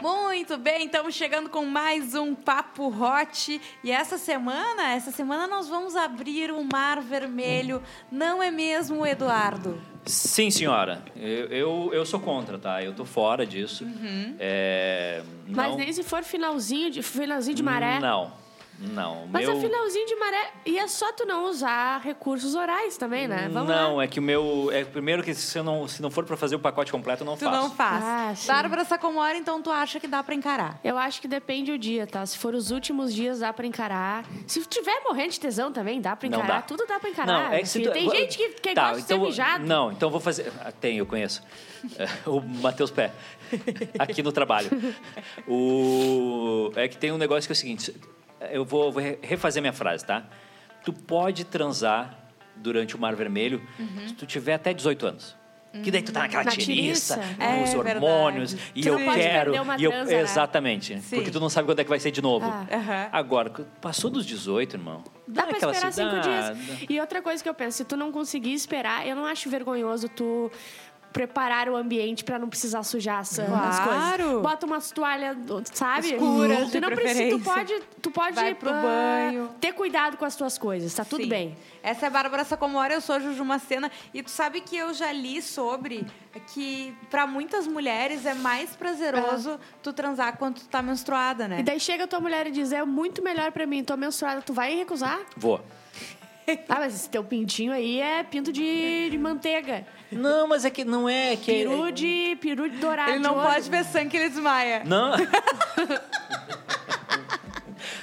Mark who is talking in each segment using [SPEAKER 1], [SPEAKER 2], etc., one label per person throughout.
[SPEAKER 1] Muito bem, estamos chegando com mais um Papo Hot. E essa semana, essa semana nós vamos abrir o Mar Vermelho. Não é mesmo, Eduardo?
[SPEAKER 2] Sim, senhora. Eu, eu, eu sou contra, tá? Eu tô fora disso. É, não,
[SPEAKER 3] Uhum. Mas nem se for finalzinho de, finalzinho de maré.
[SPEAKER 2] Não, não.
[SPEAKER 3] Mas
[SPEAKER 2] meu...
[SPEAKER 3] é finalzinho de maré. E é só tu não usar recursos orais também, né? Vamos
[SPEAKER 2] não,
[SPEAKER 3] lá.
[SPEAKER 2] é que o meu. É primeiro que se eu não, se não for pra fazer o pacote completo, eu não
[SPEAKER 1] Tu
[SPEAKER 2] faço.
[SPEAKER 1] não faz.
[SPEAKER 3] Ah, sim.
[SPEAKER 1] Bárbara Sacomora, então tu acha que dá pra encarar?
[SPEAKER 3] Eu acho que depende o dia, tá? Se for os últimos dias, dá pra encarar. Se tiver morrendo de tesão também, dá pra
[SPEAKER 2] Não
[SPEAKER 3] encarar.
[SPEAKER 2] dá.
[SPEAKER 3] Tudo dá pra encarar.
[SPEAKER 2] Não, é que se
[SPEAKER 3] Porque
[SPEAKER 2] tu-
[SPEAKER 3] Tem gente que, que
[SPEAKER 2] Tá,
[SPEAKER 3] gosta de
[SPEAKER 2] então
[SPEAKER 3] ser
[SPEAKER 2] vou-
[SPEAKER 3] mijado.
[SPEAKER 2] Não, então vou fazer. Ah, Tem, eu conheço. É, o Matheus Pé. Aqui no trabalho. O... É que tem um negócio que é o seguinte: eu vou, vou re- refazer minha frase, tá? Tu pode transar durante o Mar Vermelho se tu tiver até 18 anos. Que daí tu tá naquela
[SPEAKER 3] Uhum. Na
[SPEAKER 2] tiriça,
[SPEAKER 3] tiriça.
[SPEAKER 2] com os
[SPEAKER 1] É verdade.
[SPEAKER 2] hormônios, e
[SPEAKER 3] Tu
[SPEAKER 2] eu
[SPEAKER 3] não pode
[SPEAKER 2] quero.
[SPEAKER 3] perder uma
[SPEAKER 2] e eu...
[SPEAKER 3] transa, né?
[SPEAKER 2] Exatamente.
[SPEAKER 1] Sim.
[SPEAKER 2] Porque tu não sabe quando é que vai ser de novo.
[SPEAKER 3] Ah.
[SPEAKER 1] Aham.
[SPEAKER 2] Agora, passou dos 18, irmão.
[SPEAKER 3] Dá pra
[SPEAKER 2] naquela
[SPEAKER 3] esperar cinco
[SPEAKER 2] cidade.
[SPEAKER 3] dias. E outra coisa que eu penso, se tu não conseguir esperar, eu não acho vergonhoso tu preparar o ambiente pra não precisar sujar as, as coisas.
[SPEAKER 1] Claro.
[SPEAKER 3] Bota umas toalhas, sabe?
[SPEAKER 1] Escuras, de
[SPEAKER 3] tu não precisa, tu
[SPEAKER 1] preferência.
[SPEAKER 3] pode, tu pode
[SPEAKER 1] Vai pro
[SPEAKER 3] ah,
[SPEAKER 1] banho.
[SPEAKER 3] ter cuidado com as tuas coisas, tá tudo
[SPEAKER 1] Sim.
[SPEAKER 3] bem.
[SPEAKER 1] Essa é a Bárbara Sacomora, eu sou a Juju Macena. E tu sabe que eu já li sobre que pra muitas mulheres é mais prazeroso
[SPEAKER 3] Ah.
[SPEAKER 1] tu transar quando tu tá menstruada, né?
[SPEAKER 3] E daí chega tua mulher e diz: "É muito melhor pra mim, tô menstruada, tu vai recusar?"
[SPEAKER 2] Vou.
[SPEAKER 3] Ah, mas esse teu pintinho aí é pinto de, de manteiga.
[SPEAKER 2] Não, mas é que não é que.
[SPEAKER 3] Peru de peru de dourado.
[SPEAKER 1] Ele não
[SPEAKER 3] de ouro.
[SPEAKER 1] pode ver sangue, ele desmaia.
[SPEAKER 2] Não.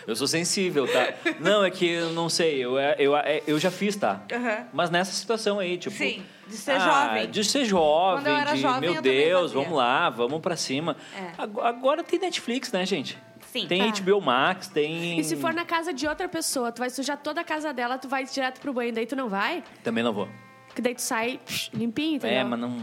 [SPEAKER 2] eu sou sensível, tá? Não, é que eu não sei, eu, é- eu, é- eu já fiz, tá?
[SPEAKER 1] Aham.
[SPEAKER 2] Mas nessa situação aí, tipo.
[SPEAKER 1] Sim, de ser
[SPEAKER 2] ah,
[SPEAKER 1] jovem.
[SPEAKER 2] De ser jovem,
[SPEAKER 1] Quando eu era
[SPEAKER 2] de
[SPEAKER 1] jovem, eu
[SPEAKER 2] meu
[SPEAKER 1] também
[SPEAKER 2] Deus,
[SPEAKER 1] fazia.
[SPEAKER 2] vamos lá, vamos pra cima.
[SPEAKER 1] É.
[SPEAKER 2] Ago- Agora tem Netflix, né, gente?
[SPEAKER 1] Sim. tá.
[SPEAKER 2] Tem
[SPEAKER 3] Ah.
[SPEAKER 2] HBO Max, tem.
[SPEAKER 3] E se for na casa de outra pessoa, tu vai sujar toda a casa dela, tu vai direto pro banho, daí tu não vai?
[SPEAKER 2] Também não vou.
[SPEAKER 3] Que daí tu sai psh, limpinho, entendeu?
[SPEAKER 2] É, mas não.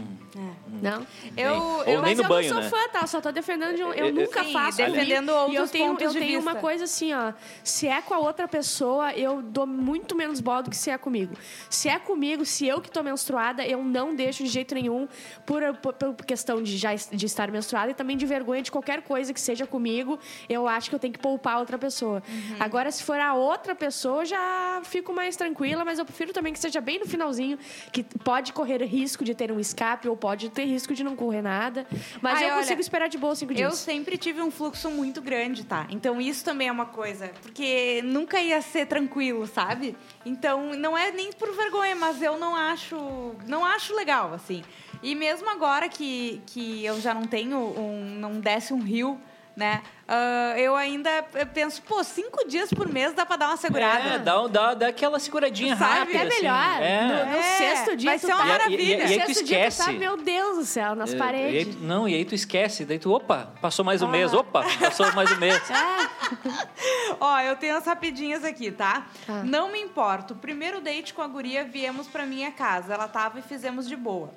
[SPEAKER 3] Não?
[SPEAKER 1] Eu-
[SPEAKER 2] Ou
[SPEAKER 1] eu-
[SPEAKER 2] nem
[SPEAKER 3] mas
[SPEAKER 2] no
[SPEAKER 3] eu
[SPEAKER 2] banho,
[SPEAKER 3] não
[SPEAKER 2] né? É,
[SPEAKER 3] sou fã, tá? Eu só tô defendendo de um... Eu
[SPEAKER 2] Sim,
[SPEAKER 3] nunca faço.
[SPEAKER 1] defendendo
[SPEAKER 3] comigo. E eu
[SPEAKER 1] outros
[SPEAKER 3] tenho,
[SPEAKER 1] pontos
[SPEAKER 3] eu
[SPEAKER 1] de
[SPEAKER 3] tenho uma
[SPEAKER 1] vista.
[SPEAKER 3] coisa assim, ó. Se é com a outra pessoa, eu dou muito menos bola do que se é comigo. Se é comigo, se eu que tô menstruada, eu não deixo de jeito nenhum por, por, por questão de já es- de estar menstruada e também de vergonha de qualquer coisa que seja comigo. Eu acho que eu tenho que poupar a outra pessoa.
[SPEAKER 1] Uhum.
[SPEAKER 3] Agora, se for a outra pessoa, eu já fico mais tranquila, mas eu prefiro também que seja bem no finalzinho, que pode correr risco de ter um escape ou pode ter risco de não correr nada. Mas
[SPEAKER 1] Ai,
[SPEAKER 3] eu
[SPEAKER 1] olha,
[SPEAKER 3] consigo esperar de boa cinco
[SPEAKER 1] Eu
[SPEAKER 3] dias.
[SPEAKER 1] sempre tive um fluxo muito grande, tá? Então isso também é uma coisa, porque nunca ia ser tranquilo, sabe? Então não é nem por vergonha, mas eu não acho, não acho legal assim. E mesmo agora que, que eu já não tenho um, não desce um rio, né? Ah, eu ainda penso, pô, cinco dias por mês dá pra dar uma segurada.
[SPEAKER 2] É, dá, dá, dá aquela seguradinha
[SPEAKER 1] Sabe,
[SPEAKER 2] rápida.
[SPEAKER 3] É
[SPEAKER 2] assim.
[SPEAKER 3] melhor.
[SPEAKER 2] É.
[SPEAKER 3] No, no
[SPEAKER 1] É,
[SPEAKER 3] sexto dia
[SPEAKER 1] vai
[SPEAKER 3] tu
[SPEAKER 1] ser uma
[SPEAKER 3] tá...
[SPEAKER 1] maravilha. E- e- e
[SPEAKER 3] No
[SPEAKER 2] aí tu
[SPEAKER 3] sexto dia tu tá,
[SPEAKER 2] esquece.
[SPEAKER 3] meu Deus do céu, nas
[SPEAKER 2] É, e aí-
[SPEAKER 3] paredes.
[SPEAKER 2] não, e aí tu esquece, daí tu, opa, passou mais um
[SPEAKER 3] Ah.
[SPEAKER 2] mês, opa, passou mais um mês.
[SPEAKER 1] Ó, eu tenho as rapidinhas aqui, tá?
[SPEAKER 3] Tá.
[SPEAKER 1] Não me importo. Primeiro date com a guria, viemos pra minha casa. Ela tava e fizemos de boa.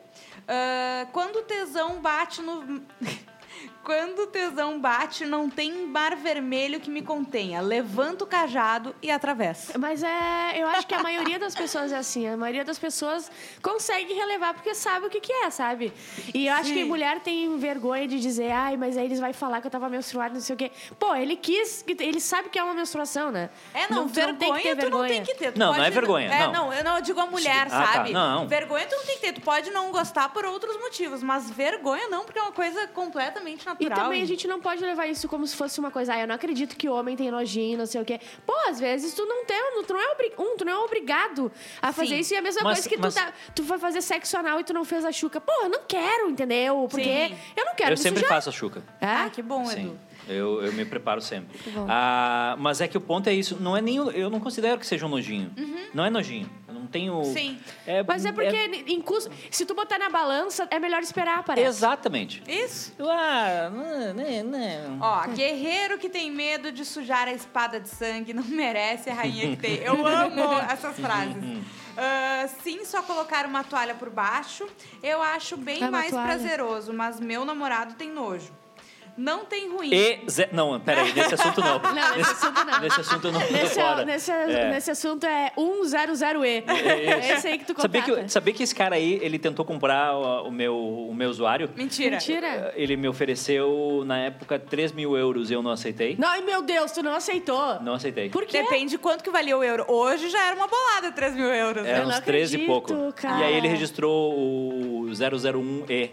[SPEAKER 1] Ah, quando o tesão bate no... Quando o tesão bate, não tem mar vermelho que me contenha. Levanta o cajado e atravessa.
[SPEAKER 3] Mas é, eu acho que a maioria das pessoas é assim. A maioria das pessoas consegue relevar porque sabe o que, que é, sabe? E eu acho
[SPEAKER 1] Sim.
[SPEAKER 3] que mulher tem vergonha de dizer, ai, mas aí eles vão falar que eu tava menstruada, não sei o quê. Pô, ele quis, que- ele sabe que é uma menstruação, né?
[SPEAKER 1] É, não,
[SPEAKER 3] tu
[SPEAKER 1] vergonha
[SPEAKER 3] tem que ter
[SPEAKER 1] tu não tem
[SPEAKER 3] vergonha.
[SPEAKER 1] que ter. Tu
[SPEAKER 2] Não, não
[SPEAKER 1] pode-
[SPEAKER 2] é vergonha,
[SPEAKER 1] É,
[SPEAKER 2] não.
[SPEAKER 1] não, eu não eu digo a mulher,
[SPEAKER 2] Ah, tá,
[SPEAKER 1] sabe?
[SPEAKER 2] não.
[SPEAKER 1] Vergonha tu não tem que ter. Tu pode não gostar por outros motivos, mas vergonha não, porque é uma coisa completamente
[SPEAKER 3] E
[SPEAKER 1] natural.
[SPEAKER 3] também a gente não pode levar isso como se fosse uma coisa, ah, eu não acredito que homem tem nojinho, não sei o quê. Pô, às vezes tu não tem, tu não é, obri- um, tu não é obrigado a fazer
[SPEAKER 1] Sim.
[SPEAKER 3] isso. E é a mesma
[SPEAKER 2] Mas-
[SPEAKER 3] coisa que
[SPEAKER 2] mas-
[SPEAKER 3] tu, tá, tu vai fazer sexo anal e tu não fez a chuca. Pô, eu não quero, entendeu? Porque
[SPEAKER 1] Sim.
[SPEAKER 3] eu não quero
[SPEAKER 2] Eu
[SPEAKER 3] me
[SPEAKER 2] sempre
[SPEAKER 3] sujar.
[SPEAKER 2] faço a chuca.
[SPEAKER 1] Ah,
[SPEAKER 3] É?
[SPEAKER 1] que bom, Edu.
[SPEAKER 2] Sim. Eu, eu me preparo sempre.
[SPEAKER 3] bom.
[SPEAKER 2] Ah, mas é que o ponto é isso. Não é nem. o- Eu não considero que seja um nojinho. Não é nojinho. Eu não tenho.
[SPEAKER 1] Sim.
[SPEAKER 2] É,
[SPEAKER 3] Uhum. Mas é porque, em custo, se tu botar na balança, é melhor esperar, parece.
[SPEAKER 2] Exatamente.
[SPEAKER 1] Isso.
[SPEAKER 2] Eu, Ah, né. não, não, não.
[SPEAKER 1] Ó, guerreiro que tem medo de sujar a espada de sangue não merece a rainha que tem. Eu amo essas frases. Ah, sim, só colocar uma toalha por baixo. Eu acho bem
[SPEAKER 3] É uma
[SPEAKER 1] mais
[SPEAKER 3] toalha.
[SPEAKER 1] prazeroso, mas meu namorado tem nojo. Não tem ruim.
[SPEAKER 2] E ze- Não, peraí, nesse assunto não.
[SPEAKER 3] Não, nesse assunto não.
[SPEAKER 2] Nesse assunto eu não tô
[SPEAKER 3] Nesse,
[SPEAKER 2] fora.
[SPEAKER 3] nesse,
[SPEAKER 2] É.
[SPEAKER 3] nesse assunto é 100E.
[SPEAKER 2] É
[SPEAKER 3] É
[SPEAKER 2] isso.
[SPEAKER 3] esse aí que tu
[SPEAKER 2] Sabia que,
[SPEAKER 3] contrata.
[SPEAKER 2] sabia que esse cara aí, ele tentou comprar o, o meu, o meu usuário?
[SPEAKER 1] Mentira.
[SPEAKER 3] Mentira.
[SPEAKER 2] Eh, Ele me ofereceu, na época, 3 mil euros e eu não aceitei.
[SPEAKER 3] Não, e meu Deus, tu não aceitou.
[SPEAKER 2] Não aceitei.
[SPEAKER 3] Por quê?
[SPEAKER 1] Depende de quanto que valia o euro. Hoje já era uma bolada 3 mil euros. né?
[SPEAKER 2] Era
[SPEAKER 3] Eu não
[SPEAKER 2] uns 13 e pouco.
[SPEAKER 3] acredito, cara.
[SPEAKER 2] E aí ele registrou o 001E,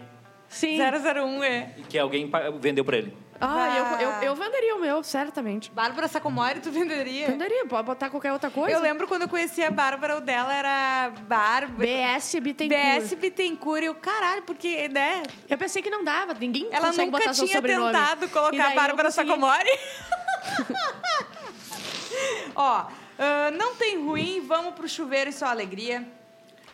[SPEAKER 3] Sim.
[SPEAKER 1] 001 é.
[SPEAKER 2] que alguém pa- vendeu pra ele.
[SPEAKER 3] Ah, eu, eu, eu venderia o meu, certamente.
[SPEAKER 1] Bárbara Sacomori, tu venderia?
[SPEAKER 3] Venderia, pode botar qualquer outra coisa.
[SPEAKER 1] Eu lembro quando eu conheci a Bárbara, o dela era Bárbara.
[SPEAKER 3] BS Bittencourt.
[SPEAKER 1] BS Bittencourt e eu, caralho, porque, né?
[SPEAKER 3] Eu pensei que não dava, ninguém
[SPEAKER 1] Ela
[SPEAKER 3] consegue
[SPEAKER 1] nunca
[SPEAKER 3] botar seu
[SPEAKER 1] tinha
[SPEAKER 3] sobrenome.
[SPEAKER 1] tentado
[SPEAKER 3] E
[SPEAKER 1] colocar
[SPEAKER 3] daí
[SPEAKER 1] a
[SPEAKER 3] eu
[SPEAKER 1] Bárbara
[SPEAKER 3] consegui.
[SPEAKER 1] Sacomori. Ó, ah, não tem ruim, vamos pro chuveiro e só alegria.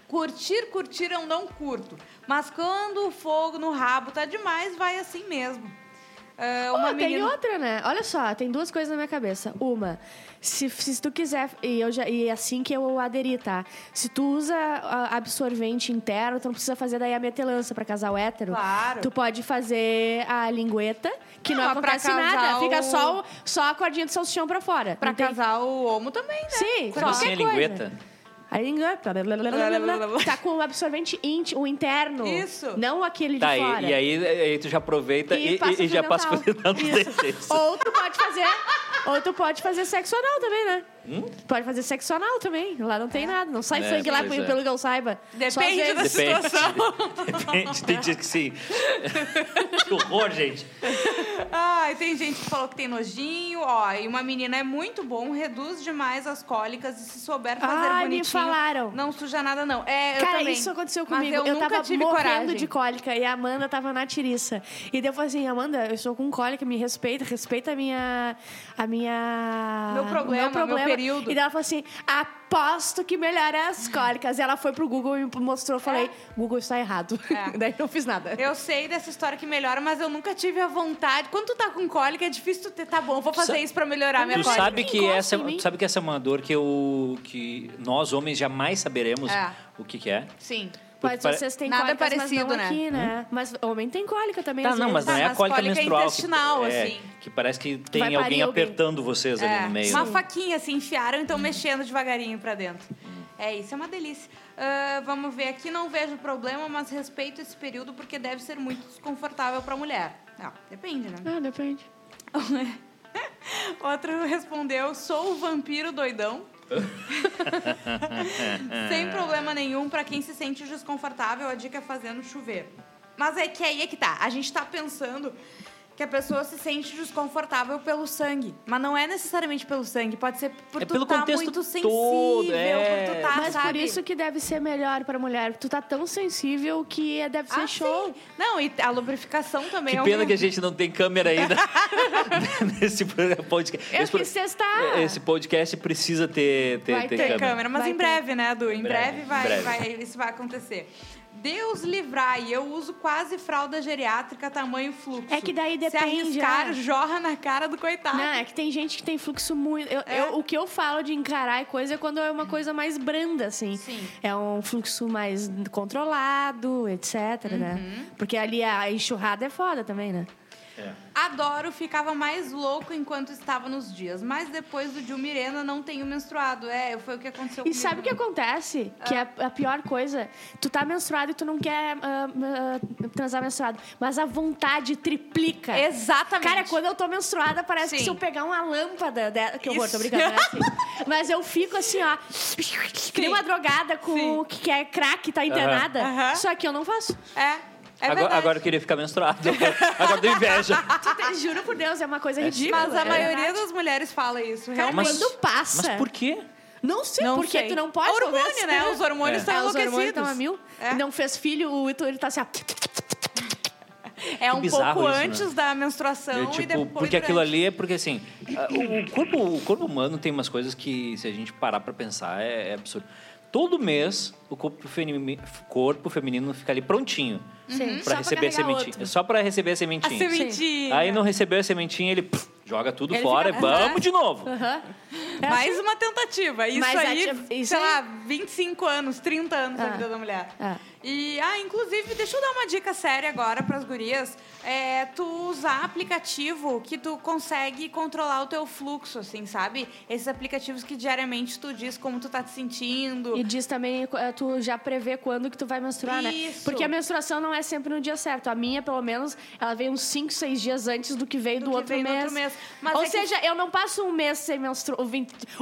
[SPEAKER 1] Curtir, curtir eu não curto. Mas quando o fogo no rabo tá demais, vai assim mesmo. Ah, uma
[SPEAKER 3] Ó, Tem
[SPEAKER 1] menina.
[SPEAKER 3] outra, né? Olha só, tem duas coisas na minha cabeça. Uma, se, se tu quiser, e, eu já, e é assim que eu aderi, tá? Se tu usa ah, absorvente interno, tu não precisa fazer daí a metelança pra casal hétero.
[SPEAKER 1] Claro.
[SPEAKER 3] Tu pode fazer a lingueta, que
[SPEAKER 1] Não,
[SPEAKER 3] não,
[SPEAKER 1] mas pra
[SPEAKER 3] acontece nada.
[SPEAKER 1] casal-
[SPEAKER 3] Fica só, o- só a cordinha de salsichão pra fora.
[SPEAKER 1] Pra
[SPEAKER 3] Não tem-
[SPEAKER 1] casar o homo também, né?
[SPEAKER 3] Sim,
[SPEAKER 2] Como
[SPEAKER 3] É, qualquer
[SPEAKER 2] assim a
[SPEAKER 3] coisa.
[SPEAKER 2] lingueta?
[SPEAKER 3] A lingueta. Tá com o absorvente íntimo, o interno.
[SPEAKER 1] Isso.
[SPEAKER 3] Não aquele de
[SPEAKER 2] Tá, e,
[SPEAKER 3] fora.
[SPEAKER 2] e aí, aí tu já aproveita
[SPEAKER 3] E
[SPEAKER 2] e, e-
[SPEAKER 3] passa
[SPEAKER 2] e
[SPEAKER 3] o
[SPEAKER 2] já
[SPEAKER 3] fio
[SPEAKER 2] passa por
[SPEAKER 3] dental.
[SPEAKER 2] dentro desses.
[SPEAKER 3] Ou tu pode fazer. ou tu pode fazer sexo anal também, né? Pode fazer sexo anal também. Lá não tem nada. Não sai
[SPEAKER 2] Hum? É,
[SPEAKER 3] sangue lá,
[SPEAKER 2] pois
[SPEAKER 3] pelo
[SPEAKER 2] é.
[SPEAKER 3] pelo que eu saiba. Só às
[SPEAKER 1] Depende
[SPEAKER 3] vezes.
[SPEAKER 1] da
[SPEAKER 2] Depende.
[SPEAKER 1] situação.
[SPEAKER 2] Depende, tem dias que sim. que horror, gente.
[SPEAKER 1] Ai, tem gente que falou que tem nojinho, ó. E uma menina é muito bom, reduz demais as cólicas e se souber fazer
[SPEAKER 3] Ai, me
[SPEAKER 1] bonitinho.
[SPEAKER 3] falaram.
[SPEAKER 1] Não suja nada, não. É, eu
[SPEAKER 3] Cara,
[SPEAKER 1] também.
[SPEAKER 3] isso aconteceu
[SPEAKER 1] Mas
[SPEAKER 3] comigo.
[SPEAKER 1] eu, nunca
[SPEAKER 3] tava
[SPEAKER 1] tive
[SPEAKER 3] morrendo
[SPEAKER 1] coragem.
[SPEAKER 3] de cólica e a Amanda tava na tiriça. E daí eu falei assim, Amanda, eu estou com cólica, me respeita, respeita a minha... A minha...
[SPEAKER 1] Meu
[SPEAKER 3] o
[SPEAKER 1] problema, meu período.
[SPEAKER 3] E daí ela falou assim, aposto que melhora as cólicas. E ela foi pro Google e me mostrou, eu falei, Google está errado.
[SPEAKER 1] É.
[SPEAKER 3] daí não fiz nada.
[SPEAKER 1] Eu sei dessa história que melhora, mas eu nunca tive a vontade. Quando tu tá com cólica, é difícil tu ter. Tá bom, vou fazer
[SPEAKER 2] Sa-
[SPEAKER 1] isso pra melhorar a
[SPEAKER 3] é
[SPEAKER 1] minha
[SPEAKER 2] Tu
[SPEAKER 1] cólica.
[SPEAKER 2] sabe, que
[SPEAKER 3] Encosta
[SPEAKER 2] essa,
[SPEAKER 3] em mim.
[SPEAKER 2] tu sabe que essa é uma dor que, eu, que nós, homens, jamais saberemos
[SPEAKER 1] É.
[SPEAKER 2] o que, que é.
[SPEAKER 1] Sim.
[SPEAKER 3] Mas
[SPEAKER 2] Porque
[SPEAKER 3] vocês têm
[SPEAKER 1] Nada
[SPEAKER 3] cólicas,
[SPEAKER 1] parecido,
[SPEAKER 3] mas não
[SPEAKER 1] né?
[SPEAKER 3] aqui, né? Mas homem tem cólica também,
[SPEAKER 2] Hum? Tá,
[SPEAKER 3] às
[SPEAKER 2] não, mas
[SPEAKER 3] vezes.
[SPEAKER 2] não
[SPEAKER 1] Ah,
[SPEAKER 2] é a
[SPEAKER 1] mas
[SPEAKER 2] cólica
[SPEAKER 1] cólica
[SPEAKER 2] menstrual.
[SPEAKER 1] intestinal,
[SPEAKER 2] que, é,
[SPEAKER 1] assim.
[SPEAKER 2] que parece que
[SPEAKER 3] Vai
[SPEAKER 2] tem
[SPEAKER 3] parir
[SPEAKER 2] alguém
[SPEAKER 3] alguém.
[SPEAKER 2] apertando vocês ali
[SPEAKER 1] É,
[SPEAKER 2] no meio. Hum.
[SPEAKER 1] uma
[SPEAKER 2] né?
[SPEAKER 1] faquinha assim, enfiaram, então mexendo devagarinho pra dentro.
[SPEAKER 2] Hum.
[SPEAKER 1] É isso, é uma delícia. Ah, vamos ver aqui, não vejo problema, mas respeito esse período porque deve ser muito desconfortável pra mulher. Ah, depende, né?
[SPEAKER 3] Ah, depende.
[SPEAKER 1] Outro respondeu: sou o vampiro doidão.
[SPEAKER 2] É.
[SPEAKER 1] Sem problema nenhum pra quem se sente desconfortável, a dica é fazer no chuveiro. Mas é que aí é que tá. A gente tá pensando que a pessoa se sente desconfortável pelo sangue, mas não é necessariamente pelo sangue, pode ser por
[SPEAKER 2] É
[SPEAKER 1] tu
[SPEAKER 2] pelo
[SPEAKER 1] tá
[SPEAKER 2] contexto
[SPEAKER 1] muito
[SPEAKER 2] todo,
[SPEAKER 1] sensível,
[SPEAKER 2] é.
[SPEAKER 1] por tu tá,
[SPEAKER 3] Mas por
[SPEAKER 1] sabe?
[SPEAKER 3] isso que deve ser melhor pra mulher. Tu tá tão sensível que é, deve ser
[SPEAKER 1] Ah,
[SPEAKER 3] show.
[SPEAKER 1] sim. Não, e a lubrificação também é
[SPEAKER 2] Que
[SPEAKER 1] um-
[SPEAKER 2] pena que a gente não tem câmera ainda nesse podcast.
[SPEAKER 3] Eu
[SPEAKER 2] esse, pro- É,
[SPEAKER 3] quis testar.
[SPEAKER 2] esse podcast precisa ter, ter,
[SPEAKER 3] Vai
[SPEAKER 1] ter câmera. Mas
[SPEAKER 3] Vai
[SPEAKER 1] em
[SPEAKER 3] ter.
[SPEAKER 1] breve, né, Du? Em
[SPEAKER 2] breve,
[SPEAKER 1] breve, vai,
[SPEAKER 2] em breve.
[SPEAKER 1] vai- isso vai acontecer. Deus livrar, e eu uso quase fralda geriátrica tamanho fluxo.
[SPEAKER 3] É que daí depende,
[SPEAKER 1] Se arriscar,
[SPEAKER 3] né?
[SPEAKER 1] jorra na cara do coitado.
[SPEAKER 3] Não, é que tem gente que tem fluxo muito. eu-
[SPEAKER 1] É.
[SPEAKER 3] eu- o que eu falo de encarar e coisa é quando é uma coisa mais branda, assim.
[SPEAKER 1] Sim.
[SPEAKER 3] É um fluxo mais controlado, etc, né?
[SPEAKER 1] Uhum.
[SPEAKER 3] Porque ali a enxurrada é foda também, né?
[SPEAKER 1] Adoro, ficava mais louco enquanto estava nos dias. Mas depois do Dil Mirena, não tenho menstruado. É, foi o que aconteceu
[SPEAKER 3] E
[SPEAKER 1] comigo.
[SPEAKER 3] sabe o que acontece? Que é a pior coisa. Tu tá menstruado e tu não quer ah, ah, transar menstruado. Mas a vontade triplica.
[SPEAKER 1] Exatamente.
[SPEAKER 3] Cara, quando eu tô menstruada, parece que
[SPEAKER 1] Sim.
[SPEAKER 3] se eu pegar uma lâmpada dela. Que horror,
[SPEAKER 1] Isso.
[SPEAKER 3] tô brincando, não é assim. Mas eu fico assim, ó. Que nem uma drogada com
[SPEAKER 1] Sim.
[SPEAKER 3] o que que é crack, tá internada.
[SPEAKER 1] Aham.
[SPEAKER 3] Só que eu não faço.
[SPEAKER 1] É, é
[SPEAKER 2] agora,
[SPEAKER 1] verdade.
[SPEAKER 2] agora eu queria ficar menstruado. Agora deu inveja.
[SPEAKER 3] Tu te- Juro por Deus, é uma coisa ridícula.
[SPEAKER 1] Mas a
[SPEAKER 3] É
[SPEAKER 1] maioria
[SPEAKER 3] verdade.
[SPEAKER 1] das mulheres fala isso.
[SPEAKER 3] Cara,
[SPEAKER 1] Realmente.
[SPEAKER 2] Mas-
[SPEAKER 3] quando passa.
[SPEAKER 2] Mas por quê?
[SPEAKER 3] Não sei,
[SPEAKER 1] Não
[SPEAKER 3] porque
[SPEAKER 1] sei.
[SPEAKER 3] tu não pode.
[SPEAKER 1] Hormônio,
[SPEAKER 3] talvez.
[SPEAKER 1] né? Os hormônios
[SPEAKER 3] É.
[SPEAKER 1] tão
[SPEAKER 3] É, os hormônios
[SPEAKER 1] enlouquecidos.
[SPEAKER 3] tão a mil.
[SPEAKER 1] É.
[SPEAKER 3] Não fez filho, o Ito, ele tá assim, ó.
[SPEAKER 1] é um
[SPEAKER 2] bizarro
[SPEAKER 1] pouco
[SPEAKER 2] isso, né?
[SPEAKER 1] antes da menstruação
[SPEAKER 2] Eu,
[SPEAKER 1] e
[SPEAKER 2] tipo,
[SPEAKER 1] depois.
[SPEAKER 2] porque aquilo
[SPEAKER 1] durante.
[SPEAKER 2] ali é porque assim, a- o- o corpo, o corpo humano tem umas coisas que se a gente parar pra pensar é, é absurdo. Todo mês o corpo, femi- corpo feminino fica ali prontinho
[SPEAKER 1] Uhum.
[SPEAKER 2] pra
[SPEAKER 3] Sim, só pra
[SPEAKER 2] receber a
[SPEAKER 3] carregar
[SPEAKER 2] sementinha,
[SPEAKER 3] outro.
[SPEAKER 2] só pra receber a
[SPEAKER 1] A
[SPEAKER 2] sementinha.
[SPEAKER 1] sementinha.
[SPEAKER 2] Aí não recebeu a sementinha, ele pff, Joga tudo
[SPEAKER 1] Ele
[SPEAKER 2] fora
[SPEAKER 1] fica-
[SPEAKER 2] e vamos de novo.
[SPEAKER 3] Aham. É
[SPEAKER 1] Mais uma tentativa. Isso
[SPEAKER 3] Mas
[SPEAKER 1] aí,
[SPEAKER 3] ati- isso
[SPEAKER 1] sei
[SPEAKER 3] aí-
[SPEAKER 1] lá, 25 anos, 30 anos da
[SPEAKER 3] Ah.
[SPEAKER 1] vida da mulher.
[SPEAKER 3] Ah.
[SPEAKER 1] E, ah, inclusive, deixa eu dar uma dica séria agora pras gurias. É tu usar aplicativo que tu consegue controlar o teu fluxo, assim, sabe? Esses aplicativos que diariamente tu diz como tu tá te sentindo.
[SPEAKER 3] E diz também, eh, tu já prevê quando que tu vai menstruar, né?
[SPEAKER 1] Isso.
[SPEAKER 3] Porque a menstruação não é sempre no dia certo. A minha, pelo menos, ela veio uns 5, 6 dias antes do que veio,
[SPEAKER 1] Do
[SPEAKER 3] do,
[SPEAKER 1] que
[SPEAKER 3] outro,
[SPEAKER 1] veio no
[SPEAKER 3] mês.
[SPEAKER 1] outro mês. Mas
[SPEAKER 3] Ou
[SPEAKER 1] é que-
[SPEAKER 3] seja, eu não passo um mês sem menstruar,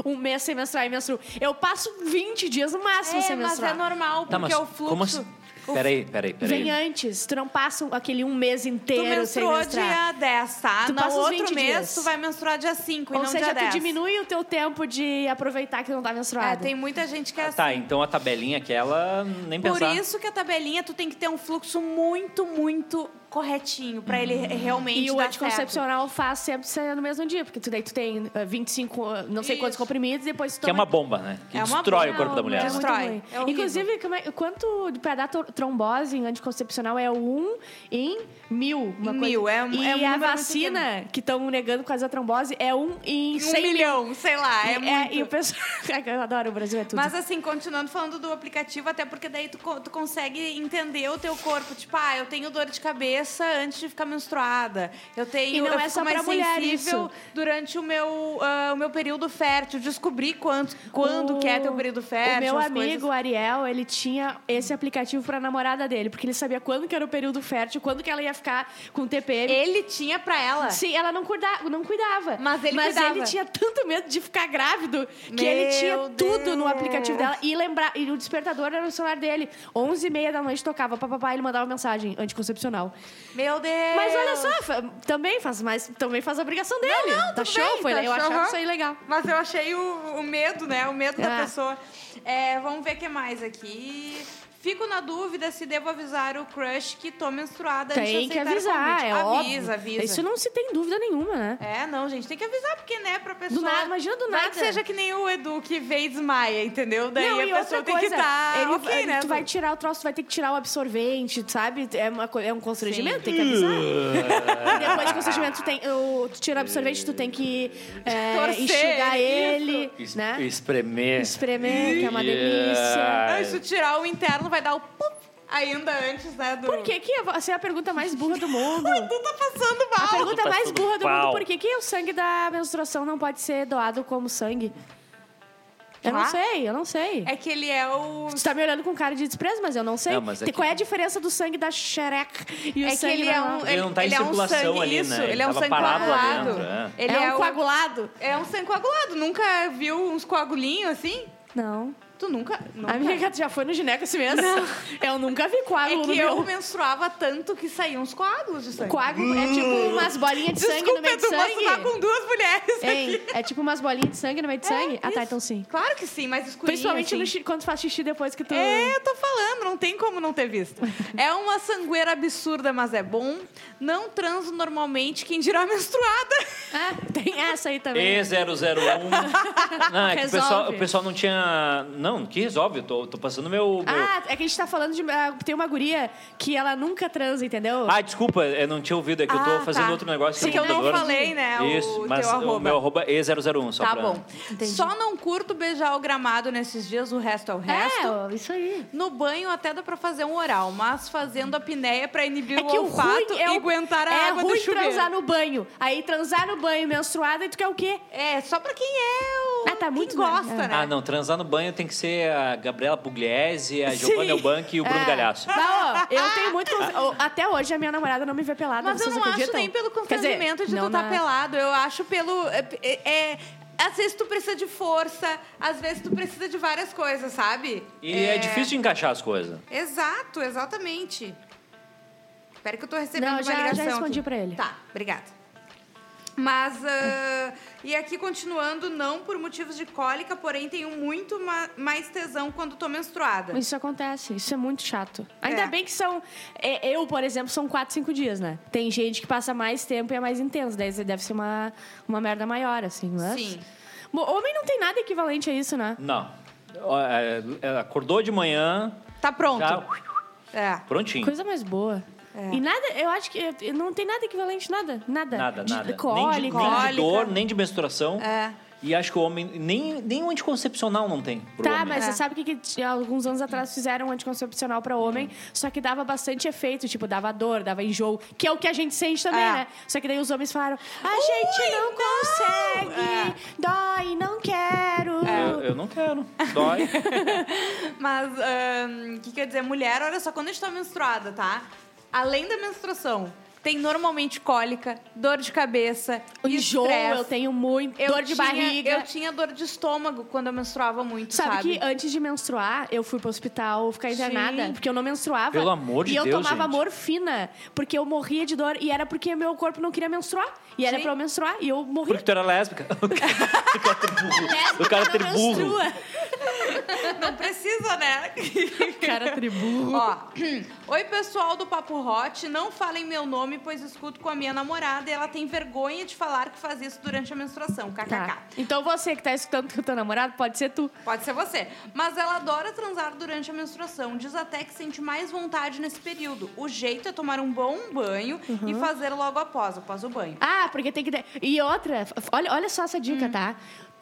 [SPEAKER 3] um mês sem menstruar e menstruo. Eu passo 20 dias no máximo
[SPEAKER 1] é,
[SPEAKER 3] sem
[SPEAKER 1] mas
[SPEAKER 3] menstruar.
[SPEAKER 1] é normal,
[SPEAKER 2] Tá,
[SPEAKER 1] porque
[SPEAKER 2] mas
[SPEAKER 1] o fluxo...
[SPEAKER 2] como assim?
[SPEAKER 1] o
[SPEAKER 2] Peraí, peraí, peraí.
[SPEAKER 3] Vem antes, tu não passa um- aquele um mês
[SPEAKER 1] Tu
[SPEAKER 3] inteiro sem
[SPEAKER 1] menstruou
[SPEAKER 3] menstruar.
[SPEAKER 1] dia 10, tá?
[SPEAKER 3] Tu
[SPEAKER 1] no
[SPEAKER 3] passa os
[SPEAKER 1] outro
[SPEAKER 3] 20
[SPEAKER 1] mês,
[SPEAKER 3] dias.
[SPEAKER 1] tu vai menstruar dia 5 um e
[SPEAKER 3] Ou
[SPEAKER 1] não
[SPEAKER 3] seja,
[SPEAKER 1] dia 10.
[SPEAKER 3] tu diminui o teu tempo de aproveitar que não tá menstruada.
[SPEAKER 1] É, tem muita gente que é assim.
[SPEAKER 2] Tá, então a tabelinha aquela, nem
[SPEAKER 1] Por
[SPEAKER 2] pensar.
[SPEAKER 1] isso que a tabelinha tu tem que ter um fluxo muito, muito corretinho pra ele realmente
[SPEAKER 3] E o
[SPEAKER 1] dar
[SPEAKER 3] anticoncepcional faz sempre ser no mesmo dia, porque tu, daí tu tem eh, 25, eh, não sei
[SPEAKER 1] Isso.
[SPEAKER 3] quantos comprimidos, depois tu
[SPEAKER 2] Que é
[SPEAKER 3] toma
[SPEAKER 2] uma bomba, né? Que
[SPEAKER 1] É uma
[SPEAKER 2] destrói
[SPEAKER 1] bomba,
[SPEAKER 2] o corpo da mulher.
[SPEAKER 1] né?
[SPEAKER 2] né?
[SPEAKER 1] Destrói.
[SPEAKER 3] ruim.
[SPEAKER 1] É horrível.
[SPEAKER 3] Inclusive, como é- quanto pra dar to- trombose em anticoncepcional é um em mil. Uma
[SPEAKER 1] Em
[SPEAKER 3] coisa.
[SPEAKER 1] mil, é um-
[SPEAKER 3] E
[SPEAKER 1] é um
[SPEAKER 3] a
[SPEAKER 1] número muito
[SPEAKER 3] vacina que estão negando com a trombose é um em
[SPEAKER 1] certo. Um
[SPEAKER 3] cem mil.
[SPEAKER 1] milhão, sei lá, é,
[SPEAKER 3] E-
[SPEAKER 1] muito.
[SPEAKER 3] e o pessoal... Eu adoro, o Brasil é tudo.
[SPEAKER 1] Mas assim, continuando falando do aplicativo, até porque daí tu, co- tu consegue entender o teu corpo. Tipo, ah, eu tenho dor de cabeça antes de ficar menstruada. Eu tenho
[SPEAKER 3] E não
[SPEAKER 1] eu
[SPEAKER 3] é
[SPEAKER 1] fico
[SPEAKER 3] só
[SPEAKER 1] mais
[SPEAKER 3] pra mulher
[SPEAKER 1] sensível
[SPEAKER 3] isso.
[SPEAKER 1] durante o meu, ah, o meu período fértil. Descobrir quanto, quando
[SPEAKER 3] O-
[SPEAKER 1] que é teu período fértil.
[SPEAKER 3] O meu
[SPEAKER 1] as
[SPEAKER 3] amigo,
[SPEAKER 1] coisas.
[SPEAKER 3] Ariel, ele tinha esse aplicativo pra namorada dele, porque ele sabia quando que era o período fértil, quando que ela ia ficar com TPM.
[SPEAKER 1] Ele tinha pra ela.
[SPEAKER 3] Sim, ela não cuidava, não cuidava.
[SPEAKER 1] É. Mas ele cuidava.
[SPEAKER 3] tinha tanto medo de ficar grávido
[SPEAKER 1] Meu
[SPEAKER 3] que ele tinha
[SPEAKER 1] Deus.
[SPEAKER 3] tudo no aplicativo dela e lembrar. E o despertador era no celular dele. 11 e meia da noite tocava pra papai, ele mandava mensagem anticoncepcional.
[SPEAKER 1] Meu Deus!
[SPEAKER 3] Mas olha só, fa- também faz, mas também faz a obrigação dele.
[SPEAKER 1] Não,
[SPEAKER 3] tá
[SPEAKER 1] tudo
[SPEAKER 3] show?
[SPEAKER 1] bem,
[SPEAKER 3] Foi,
[SPEAKER 1] tá
[SPEAKER 3] eu
[SPEAKER 1] show,
[SPEAKER 3] achava
[SPEAKER 1] aham.
[SPEAKER 3] isso aí legal.
[SPEAKER 1] Mas eu achei o, o medo, né? O medo da
[SPEAKER 3] É.
[SPEAKER 1] pessoa. É, vamos ver o que mais aqui. Fico na dúvida se devo avisar o crush que tô menstruada antes de
[SPEAKER 3] Tem que
[SPEAKER 1] aceitar
[SPEAKER 3] avisar,
[SPEAKER 1] o
[SPEAKER 3] é
[SPEAKER 1] convite.
[SPEAKER 3] óbvio.
[SPEAKER 1] avisa, avisa.
[SPEAKER 3] Isso não se tem dúvida nenhuma, né?
[SPEAKER 1] É, não, gente, tem que avisar, porque, né, pra pessoa...
[SPEAKER 3] Do nada, imagina do
[SPEAKER 1] Vai
[SPEAKER 3] nada.
[SPEAKER 1] que seja que nem o Edu, que vê e desmaia, entendeu? Daí
[SPEAKER 3] não,
[SPEAKER 1] a
[SPEAKER 3] e
[SPEAKER 1] pessoa
[SPEAKER 3] outra
[SPEAKER 1] tem que
[SPEAKER 3] coisa,
[SPEAKER 1] estar
[SPEAKER 3] ele,
[SPEAKER 1] ok,
[SPEAKER 3] ele-
[SPEAKER 1] né?
[SPEAKER 3] Tu vai tirar o troço, tu vai ter que tirar o absorvente, sabe? É, uma, co- é um constrangimento, tem que avisar. E depois do constrangimento, tu, tem, o- tu tira o absorvente, tu tem que é,
[SPEAKER 1] Torcer,
[SPEAKER 3] enxugar
[SPEAKER 1] isso.
[SPEAKER 3] ele,
[SPEAKER 2] Es-
[SPEAKER 3] né?
[SPEAKER 2] Espremer.
[SPEAKER 3] Espremer, que é uma delícia.
[SPEAKER 2] Yeah.
[SPEAKER 1] Ah, se tu tirar o interno, vai dar o... pum ainda antes, né, do...
[SPEAKER 3] Por que que... Essa é a pergunta mais burra do mundo.
[SPEAKER 1] O Edu tá passando
[SPEAKER 3] A
[SPEAKER 1] mal.
[SPEAKER 3] pergunta mais
[SPEAKER 2] tudo
[SPEAKER 3] burra do
[SPEAKER 2] pau.
[SPEAKER 3] mundo, por que que o sangue da menstruação não pode ser doado como sangue? Eu não
[SPEAKER 1] Tá.
[SPEAKER 3] sei, eu não sei.
[SPEAKER 1] É que ele é o...
[SPEAKER 3] Tu tá me olhando com cara de desprezo, mas eu não sei.
[SPEAKER 2] Não, mas é
[SPEAKER 3] Tem-
[SPEAKER 2] que-
[SPEAKER 3] Qual é a diferença do sangue da xereca e o
[SPEAKER 1] É que
[SPEAKER 3] sangue
[SPEAKER 1] ele
[SPEAKER 3] da
[SPEAKER 1] é
[SPEAKER 3] lá?
[SPEAKER 1] um.
[SPEAKER 2] Ele não tá em
[SPEAKER 1] é um
[SPEAKER 2] circulação
[SPEAKER 1] sangue-
[SPEAKER 2] ali, né?
[SPEAKER 1] isso,
[SPEAKER 2] Ele
[SPEAKER 1] Ele é um
[SPEAKER 2] tava
[SPEAKER 1] sangue
[SPEAKER 2] parado lá
[SPEAKER 1] coagulado.
[SPEAKER 2] dentro, é.
[SPEAKER 1] Ele
[SPEAKER 3] é,
[SPEAKER 1] é,
[SPEAKER 3] um
[SPEAKER 1] o-
[SPEAKER 3] coagulado?
[SPEAKER 1] É um sangue coagulado. Nunca viu uns coagulinhos assim?
[SPEAKER 3] Não.
[SPEAKER 1] Tu nunca. nunca.
[SPEAKER 3] Amiga, tu já foi no gineco esse mês? Eu nunca vi
[SPEAKER 1] é
[SPEAKER 3] coágulo no
[SPEAKER 1] que eu
[SPEAKER 3] meu...
[SPEAKER 1] menstruava tanto que saíam uns coágulos de sangue.
[SPEAKER 3] Coágulo é tipo umas bolinhas de sangue
[SPEAKER 1] Desculpa,
[SPEAKER 3] no meio de
[SPEAKER 1] Edu, mas tu tá
[SPEAKER 3] sangue.
[SPEAKER 1] com duas mulheres.
[SPEAKER 3] Hein? É tipo umas bolinhas de sangue no meio de sangue? Ah, tá, então sim.
[SPEAKER 1] Claro que sim, mas escurinho.
[SPEAKER 3] Principalmente
[SPEAKER 1] assim.
[SPEAKER 3] no xixi- quando tu faz xixi depois que tu...
[SPEAKER 1] É, eu tô falando, não tem como não ter visto. É uma sangueira absurda, mas é bom. Não transo normalmente, quem dirá menstruada.
[SPEAKER 3] Ah, tem essa aí
[SPEAKER 2] É.
[SPEAKER 3] também.
[SPEAKER 2] E001. Não, é que o
[SPEAKER 3] Resolve.
[SPEAKER 2] pessoal, o pessoal não tinha. Não, que resolve. Eu tô, tô passando meu. meu...
[SPEAKER 3] Ah, é que a gente tá falando de... ah, Tem uma guria que ela nunca transa, entendeu?
[SPEAKER 2] Ah, desculpa, eu não tinha ouvido, é que eu
[SPEAKER 1] Ah,
[SPEAKER 2] tô
[SPEAKER 1] tá.
[SPEAKER 2] fazendo outro negócio.
[SPEAKER 1] Porque
[SPEAKER 2] aqui no
[SPEAKER 1] eu não
[SPEAKER 2] computador.
[SPEAKER 1] falei, né, o
[SPEAKER 2] Isso,
[SPEAKER 1] teu
[SPEAKER 2] mas o
[SPEAKER 1] arroba.
[SPEAKER 2] meu arroba é E001, só
[SPEAKER 1] Tá
[SPEAKER 2] pra...
[SPEAKER 1] bom. Só não curto beijar o gramado nesses dias, o resto é o resto.
[SPEAKER 3] É, isso aí.
[SPEAKER 1] No banho até dá pra fazer um oral, mas fazendo a pinéia pra inibir
[SPEAKER 3] É
[SPEAKER 1] o
[SPEAKER 3] que o
[SPEAKER 1] olfato
[SPEAKER 3] ruim é
[SPEAKER 1] e
[SPEAKER 3] o-
[SPEAKER 1] aguentar a
[SPEAKER 3] é
[SPEAKER 1] água do
[SPEAKER 3] ruim
[SPEAKER 1] chuveiro.
[SPEAKER 3] transar no banho. Aí transar no banho menstruada e tu quer o quê?
[SPEAKER 1] É, só pra quem é o...
[SPEAKER 3] Ah, tá muito
[SPEAKER 1] quem gosta,
[SPEAKER 3] bem. É.
[SPEAKER 1] né?
[SPEAKER 2] Ah, não, transar no banho tem que ser a Gabriela Pugliese, a Giovanna Elbank e o Bruno
[SPEAKER 3] É.
[SPEAKER 2] Galhaço.
[SPEAKER 3] Não, eu tenho muito. conf- Ó, Até hoje a minha namorada não me vê pelada.
[SPEAKER 1] Mas eu
[SPEAKER 3] vocês
[SPEAKER 1] não
[SPEAKER 3] acreditam?
[SPEAKER 1] acho nem pelo
[SPEAKER 3] Quer dizer,
[SPEAKER 1] constrangimento de
[SPEAKER 3] não é.
[SPEAKER 1] tu tá
[SPEAKER 3] na-
[SPEAKER 1] pelado. Eu acho pelo... É, é- é- às vezes tu precisa de força, às vezes tu precisa de várias coisas, sabe?
[SPEAKER 2] E é... difícil de encaixar as coisas.
[SPEAKER 1] Exato, exatamente. Espera que eu tô recebendo
[SPEAKER 3] Não,
[SPEAKER 1] uma
[SPEAKER 3] já- já
[SPEAKER 1] ligação
[SPEAKER 3] respondi
[SPEAKER 1] aqui.
[SPEAKER 3] pra ele.
[SPEAKER 1] Tá, obrigada. Mas, ah, e aqui continuando, não por motivos de cólica, porém tenho muito ma- mais tesão quando tô menstruada.
[SPEAKER 3] Isso acontece, isso é muito chato. Ainda
[SPEAKER 1] É.
[SPEAKER 3] bem que são. é, Eu, por exemplo, são 4, 5 dias, né? Tem gente que passa mais tempo e é mais intenso. Daí deve ser uma, uma merda maior, assim, mas...
[SPEAKER 1] Sim.
[SPEAKER 3] Bom, homem não tem nada equivalente a isso, né?
[SPEAKER 2] Não. Ó, é, é, Acordou de manhã,
[SPEAKER 1] Tá pronto.
[SPEAKER 2] já
[SPEAKER 1] É.
[SPEAKER 2] prontinho.
[SPEAKER 3] Coisa mais boa. E nada, eu acho que eh, não tem nada equivalente, nada. Nada.
[SPEAKER 2] Nada,
[SPEAKER 3] de,
[SPEAKER 2] nada.
[SPEAKER 3] Cólica.
[SPEAKER 2] nem, de, nem de
[SPEAKER 1] cólica.
[SPEAKER 2] dor, nem de menstruação.
[SPEAKER 1] É.
[SPEAKER 2] E acho que o homem. Nem, nem o anticoncepcional não tem. Pro
[SPEAKER 3] Tá,
[SPEAKER 2] homem.
[SPEAKER 3] mas
[SPEAKER 1] É.
[SPEAKER 3] você sabe que, que t- alguns anos atrás fizeram um anticoncepcional pra homem, só que dava bastante efeito, tipo, dava dor, dava enjoo, que é o que a gente sente também,
[SPEAKER 1] É.
[SPEAKER 3] né? Só que daí os homens falaram, a gente não,
[SPEAKER 1] É.
[SPEAKER 3] consegue, dói, não quero.
[SPEAKER 2] Eu, eu não quero. Dói.
[SPEAKER 1] Mas, ahn, o que quer dizer? Mulher, olha só, quando a gente tá menstruada, tá? Além da menstruação, tem normalmente cólica, dor de cabeça,
[SPEAKER 3] O Enjoo,
[SPEAKER 1] estresse.
[SPEAKER 3] eu tenho muito,
[SPEAKER 1] Eu
[SPEAKER 3] dor de
[SPEAKER 1] tinha-
[SPEAKER 3] barriga.
[SPEAKER 1] Eu tinha dor de estômago quando eu menstruava muito,
[SPEAKER 3] Sabe,
[SPEAKER 1] sabe?
[SPEAKER 3] que antes de menstruar, eu fui pro hospital ficar internada,
[SPEAKER 1] Sim.
[SPEAKER 3] porque eu não menstruava.
[SPEAKER 2] Pelo amor de
[SPEAKER 3] E eu
[SPEAKER 2] Deus,
[SPEAKER 3] tomava
[SPEAKER 2] gente.
[SPEAKER 3] morfina, porque eu morria de dor, e era porque meu corpo não queria menstruar. E era
[SPEAKER 1] Sim.
[SPEAKER 3] pra eu menstruar, e eu morria.
[SPEAKER 2] Porque tu era lésbica. O cara ter burro. O cara ter burro.
[SPEAKER 1] Não precisa, né?
[SPEAKER 3] Cara tribu.
[SPEAKER 1] Ó, oi pessoal do Papo Hot, não falem meu nome, pois escuto com a minha namorada e ela tem vergonha de falar que faz isso durante a menstruação, kkk.
[SPEAKER 3] Tá. Então você que tá escutando com o teu namorado, pode ser tu.
[SPEAKER 1] Pode ser você. Mas ela adora transar durante a menstruação. Diz até que sente mais vontade nesse período. O jeito é tomar um bom banho e fazer logo após, após o banho.
[SPEAKER 3] Ah, porque tem que. ter- E outra, f- olha, olha só essa dica, tá?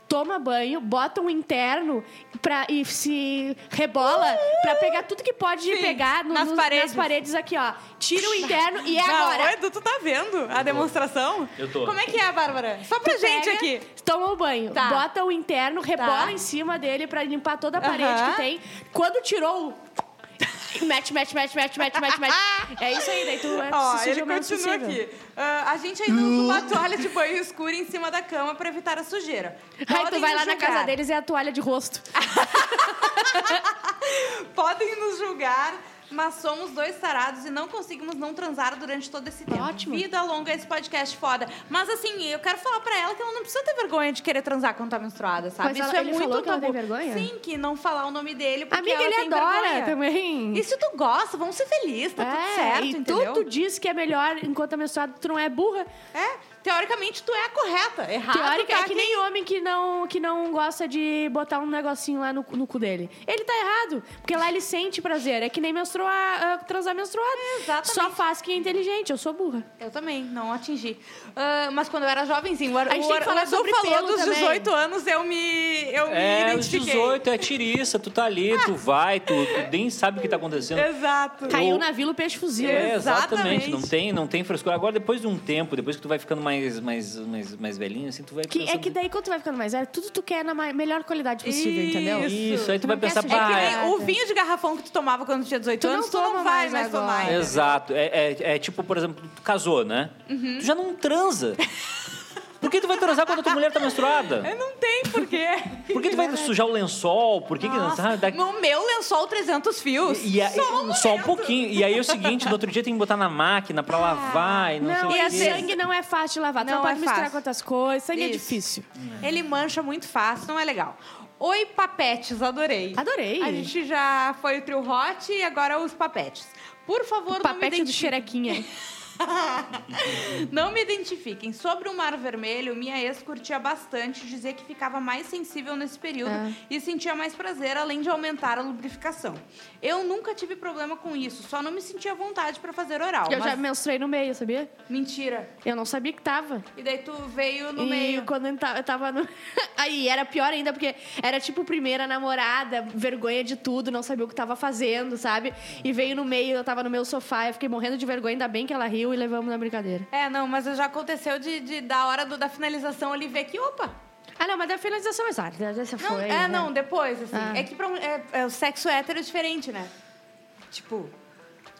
[SPEAKER 3] Toma banho, bota um interno pra, e se rebola pra pegar tudo que pode
[SPEAKER 1] Sim,
[SPEAKER 3] pegar no-
[SPEAKER 1] nas
[SPEAKER 3] no-
[SPEAKER 1] paredes.
[SPEAKER 3] nas paredes aqui, ó. Tira o interno e é agora.
[SPEAKER 1] Não, Edu, tu tá vendo a demonstração?
[SPEAKER 2] Eu tô.
[SPEAKER 1] Como é que é, Bárbara? Só pra
[SPEAKER 3] Tu
[SPEAKER 1] gente
[SPEAKER 3] pega,
[SPEAKER 1] aqui.
[SPEAKER 3] Toma o banho,
[SPEAKER 1] Tá.
[SPEAKER 3] bota o interno, rebola
[SPEAKER 1] Tá.
[SPEAKER 3] em cima dele pra limpar toda a parede
[SPEAKER 1] Aham.
[SPEAKER 3] que tem. Quando tirou o. Mete, mete, mete, mete, mete, mete, mete. É isso aí, daí tu é,
[SPEAKER 1] Ó,
[SPEAKER 3] se suja
[SPEAKER 1] ele
[SPEAKER 3] o menos
[SPEAKER 1] continua
[SPEAKER 3] possível.
[SPEAKER 1] aqui. Ah, a gente ainda usa uma toalha de banho escura em cima da cama pra evitar a sujeira.
[SPEAKER 3] Aí tu
[SPEAKER 1] Podem
[SPEAKER 3] vai lá
[SPEAKER 1] nos
[SPEAKER 3] na casa
[SPEAKER 1] julgar. Tá
[SPEAKER 3] deles e é a toalha de rosto.
[SPEAKER 1] Podem nos julgar, mas somos dois tarados e não conseguimos não transar durante todo esse tempo.
[SPEAKER 3] Ótimo.
[SPEAKER 1] Vida longa esse podcast foda. Mas assim, eu quero falar pra ela que ela não precisa ter vergonha de querer transar quando tá menstruada, sabe?
[SPEAKER 3] Mas
[SPEAKER 1] Isso
[SPEAKER 3] ela-
[SPEAKER 1] é
[SPEAKER 3] ele
[SPEAKER 1] muito
[SPEAKER 3] falou que ela
[SPEAKER 1] tabu.
[SPEAKER 3] tem vergonha?
[SPEAKER 1] Sim, que não falar o nome dele porque
[SPEAKER 3] Amiga,
[SPEAKER 1] ela
[SPEAKER 3] ele
[SPEAKER 1] tem
[SPEAKER 3] adora
[SPEAKER 1] vergonha.
[SPEAKER 3] também.
[SPEAKER 1] E se tu gosta, vamos ser felizes, tá tudo
[SPEAKER 3] É,
[SPEAKER 1] certo,
[SPEAKER 3] e
[SPEAKER 1] entendeu?
[SPEAKER 3] tu, tu diz que é melhor enquanto a menstruada, tu não é burra.
[SPEAKER 1] É, teoricamente tu é a correta. Errado
[SPEAKER 3] Teórica
[SPEAKER 1] tá
[SPEAKER 3] é que
[SPEAKER 1] quem-
[SPEAKER 3] nem homem que não, que não gosta de botar um negocinho lá no, no cu dele. Ele tá errado, porque lá ele sente prazer. É que nem menstruar, ah, transar menstruado.
[SPEAKER 1] exatamente.
[SPEAKER 3] Só faz quem é inteligente, eu sou burra.
[SPEAKER 1] Eu também, não atingi. Ah, mas quando eu era jovenzinho, o, Ar-
[SPEAKER 3] A gente
[SPEAKER 1] o,
[SPEAKER 3] tem
[SPEAKER 1] Ar-
[SPEAKER 3] que falar
[SPEAKER 1] o Edu
[SPEAKER 3] sobre
[SPEAKER 1] falou
[SPEAKER 3] pelo
[SPEAKER 1] dos
[SPEAKER 3] também.
[SPEAKER 1] 18 anos, eu me, eu me
[SPEAKER 2] É, os
[SPEAKER 1] identifiquei.
[SPEAKER 2] 18, é tiriça, tu tá ali, tu vai, tu, tu nem sabe o que tá acontecendo.
[SPEAKER 1] Exato.
[SPEAKER 3] Caiu na vila o peixe fuzil.
[SPEAKER 2] É, exatamente,
[SPEAKER 1] Exatamente.
[SPEAKER 2] não tem, não tem frescura. Agora, depois de um tempo, depois que tu vai ficando mais, mais, mais, mais velhinho, assim, tu vai
[SPEAKER 3] Que, é
[SPEAKER 2] pensando-
[SPEAKER 3] que daí quando tu vai ficando mais velho, tudo tu quer na ma- melhor qualidade possível, entendeu?
[SPEAKER 1] Isso.
[SPEAKER 2] Isso, aí tu
[SPEAKER 3] Tu
[SPEAKER 2] vai
[SPEAKER 3] não quer
[SPEAKER 2] pensar,
[SPEAKER 3] sujar.
[SPEAKER 1] Que
[SPEAKER 2] pá,
[SPEAKER 1] nem
[SPEAKER 2] é-
[SPEAKER 3] Ah,
[SPEAKER 1] o
[SPEAKER 3] tá.
[SPEAKER 1] vinho de garrafão que tu tomava quando tinha 18
[SPEAKER 3] Tu não
[SPEAKER 1] anos, tu
[SPEAKER 3] toma
[SPEAKER 1] não vai
[SPEAKER 3] mais
[SPEAKER 1] mais
[SPEAKER 3] agora.
[SPEAKER 1] tomar. entendeu?
[SPEAKER 2] Exato. É, é- é tipo, por exemplo, tu casou, né?
[SPEAKER 1] Uhum.
[SPEAKER 2] Tu já não transa. Por que tu vai transar quando a tua mulher tá menstruada?
[SPEAKER 1] Eu não tem porquê.
[SPEAKER 2] Por que tu vai sujar o lençol? Por que que não sabe? Dá-
[SPEAKER 1] No meu lençol 300 fios.
[SPEAKER 2] Ah, E aí-
[SPEAKER 1] só um
[SPEAKER 2] só um
[SPEAKER 1] momento. Ah,
[SPEAKER 2] pouquinho. E aí é o seguinte, no outro dia tem que botar na máquina pra lavar e não,
[SPEAKER 3] Não,
[SPEAKER 2] sei
[SPEAKER 3] e
[SPEAKER 2] o
[SPEAKER 3] a
[SPEAKER 1] às vezes-
[SPEAKER 2] quê.
[SPEAKER 3] sangue não é fácil de lavar. Tu
[SPEAKER 1] Não
[SPEAKER 3] não pode
[SPEAKER 1] é
[SPEAKER 3] misturar
[SPEAKER 1] fácil.
[SPEAKER 3] com outras coisas. Sangue é
[SPEAKER 1] Isso.
[SPEAKER 3] difícil.
[SPEAKER 1] Ele mancha muito fácil, não é legal. Oi, papetes, adorei.
[SPEAKER 3] Adorei.
[SPEAKER 1] A gente já foi o trio hot e agora os papetes. Por favor, não
[SPEAKER 3] O
[SPEAKER 1] me
[SPEAKER 3] papete do
[SPEAKER 1] identifique.
[SPEAKER 3] xerequinha.
[SPEAKER 1] Não me identifiquem. Sobre o Mar Vermelho, minha ex curtia bastante, dizia que ficava mais sensível nesse período
[SPEAKER 3] Ah.
[SPEAKER 1] e sentia mais prazer, além de aumentar a lubrificação. Eu nunca tive problema com isso, só não me sentia à vontade pra fazer oral.
[SPEAKER 3] Eu
[SPEAKER 1] mas-
[SPEAKER 3] já menstruei no meio, sabia?
[SPEAKER 1] Mentira.
[SPEAKER 3] Eu não sabia que tava.
[SPEAKER 1] E daí tu veio no
[SPEAKER 3] e
[SPEAKER 1] meio.
[SPEAKER 3] quando eu tava, eu tava no... Aí era pior ainda, porque era tipo primeira namorada, vergonha de tudo, não sabia o que tava fazendo, sabe? E veio no meio, eu tava no meu sofá, eu fiquei morrendo de vergonha, ainda bem que ela riu e levamos na brincadeira.
[SPEAKER 1] É, não, mas já aconteceu de, de- da hora do- da finalização ele ver que, opa,
[SPEAKER 3] Ah, não, mas da finalização, exato. Essa
[SPEAKER 1] não,
[SPEAKER 3] foi.
[SPEAKER 1] é,
[SPEAKER 3] né?
[SPEAKER 1] não, depois, assim.
[SPEAKER 3] Ah.
[SPEAKER 1] É que pra um- é- é, o sexo hétero é diferente, né? Tipo,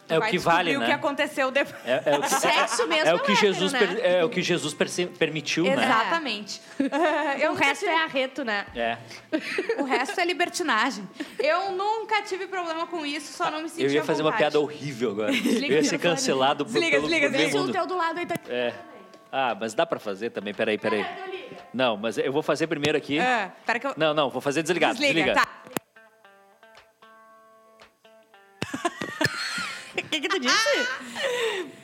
[SPEAKER 1] tu
[SPEAKER 2] É o
[SPEAKER 1] vai
[SPEAKER 2] que vale,
[SPEAKER 1] descobrir
[SPEAKER 2] né?
[SPEAKER 1] o que aconteceu depois.
[SPEAKER 2] É, é o que,
[SPEAKER 3] Sexo mesmo
[SPEAKER 2] é o que
[SPEAKER 3] hétero,
[SPEAKER 2] Jesus
[SPEAKER 3] né?
[SPEAKER 2] per- é o que Jesus perce- permitiu, né?
[SPEAKER 1] Exatamente. Ah, eu
[SPEAKER 3] O
[SPEAKER 1] nunca
[SPEAKER 3] resto é arreto, né?
[SPEAKER 2] É.
[SPEAKER 1] O resto é libertinagem. Eu nunca tive problema com isso, só não me sentia
[SPEAKER 2] Eu ia fazer
[SPEAKER 1] à
[SPEAKER 2] uma
[SPEAKER 1] vontade.
[SPEAKER 2] piada horrível agora.
[SPEAKER 1] Desliga
[SPEAKER 2] eu ia
[SPEAKER 1] o
[SPEAKER 2] ser
[SPEAKER 1] microfone.
[SPEAKER 2] cancelado por,
[SPEAKER 1] Desliga,
[SPEAKER 2] pelo
[SPEAKER 1] desliga,
[SPEAKER 2] por
[SPEAKER 1] desliga.
[SPEAKER 2] meio
[SPEAKER 3] Se o
[SPEAKER 2] mundo.
[SPEAKER 3] teu do lado aí tá.
[SPEAKER 2] É. Ah, mas dá pra fazer também. Peraí, peraí.
[SPEAKER 1] É,
[SPEAKER 2] Não, mas eu vou fazer primeiro aqui.
[SPEAKER 1] Ah, pera que eu...
[SPEAKER 2] Não, não, vou fazer desligado.
[SPEAKER 1] desliga,
[SPEAKER 2] Desliga.
[SPEAKER 1] tá. O que, que tu disse?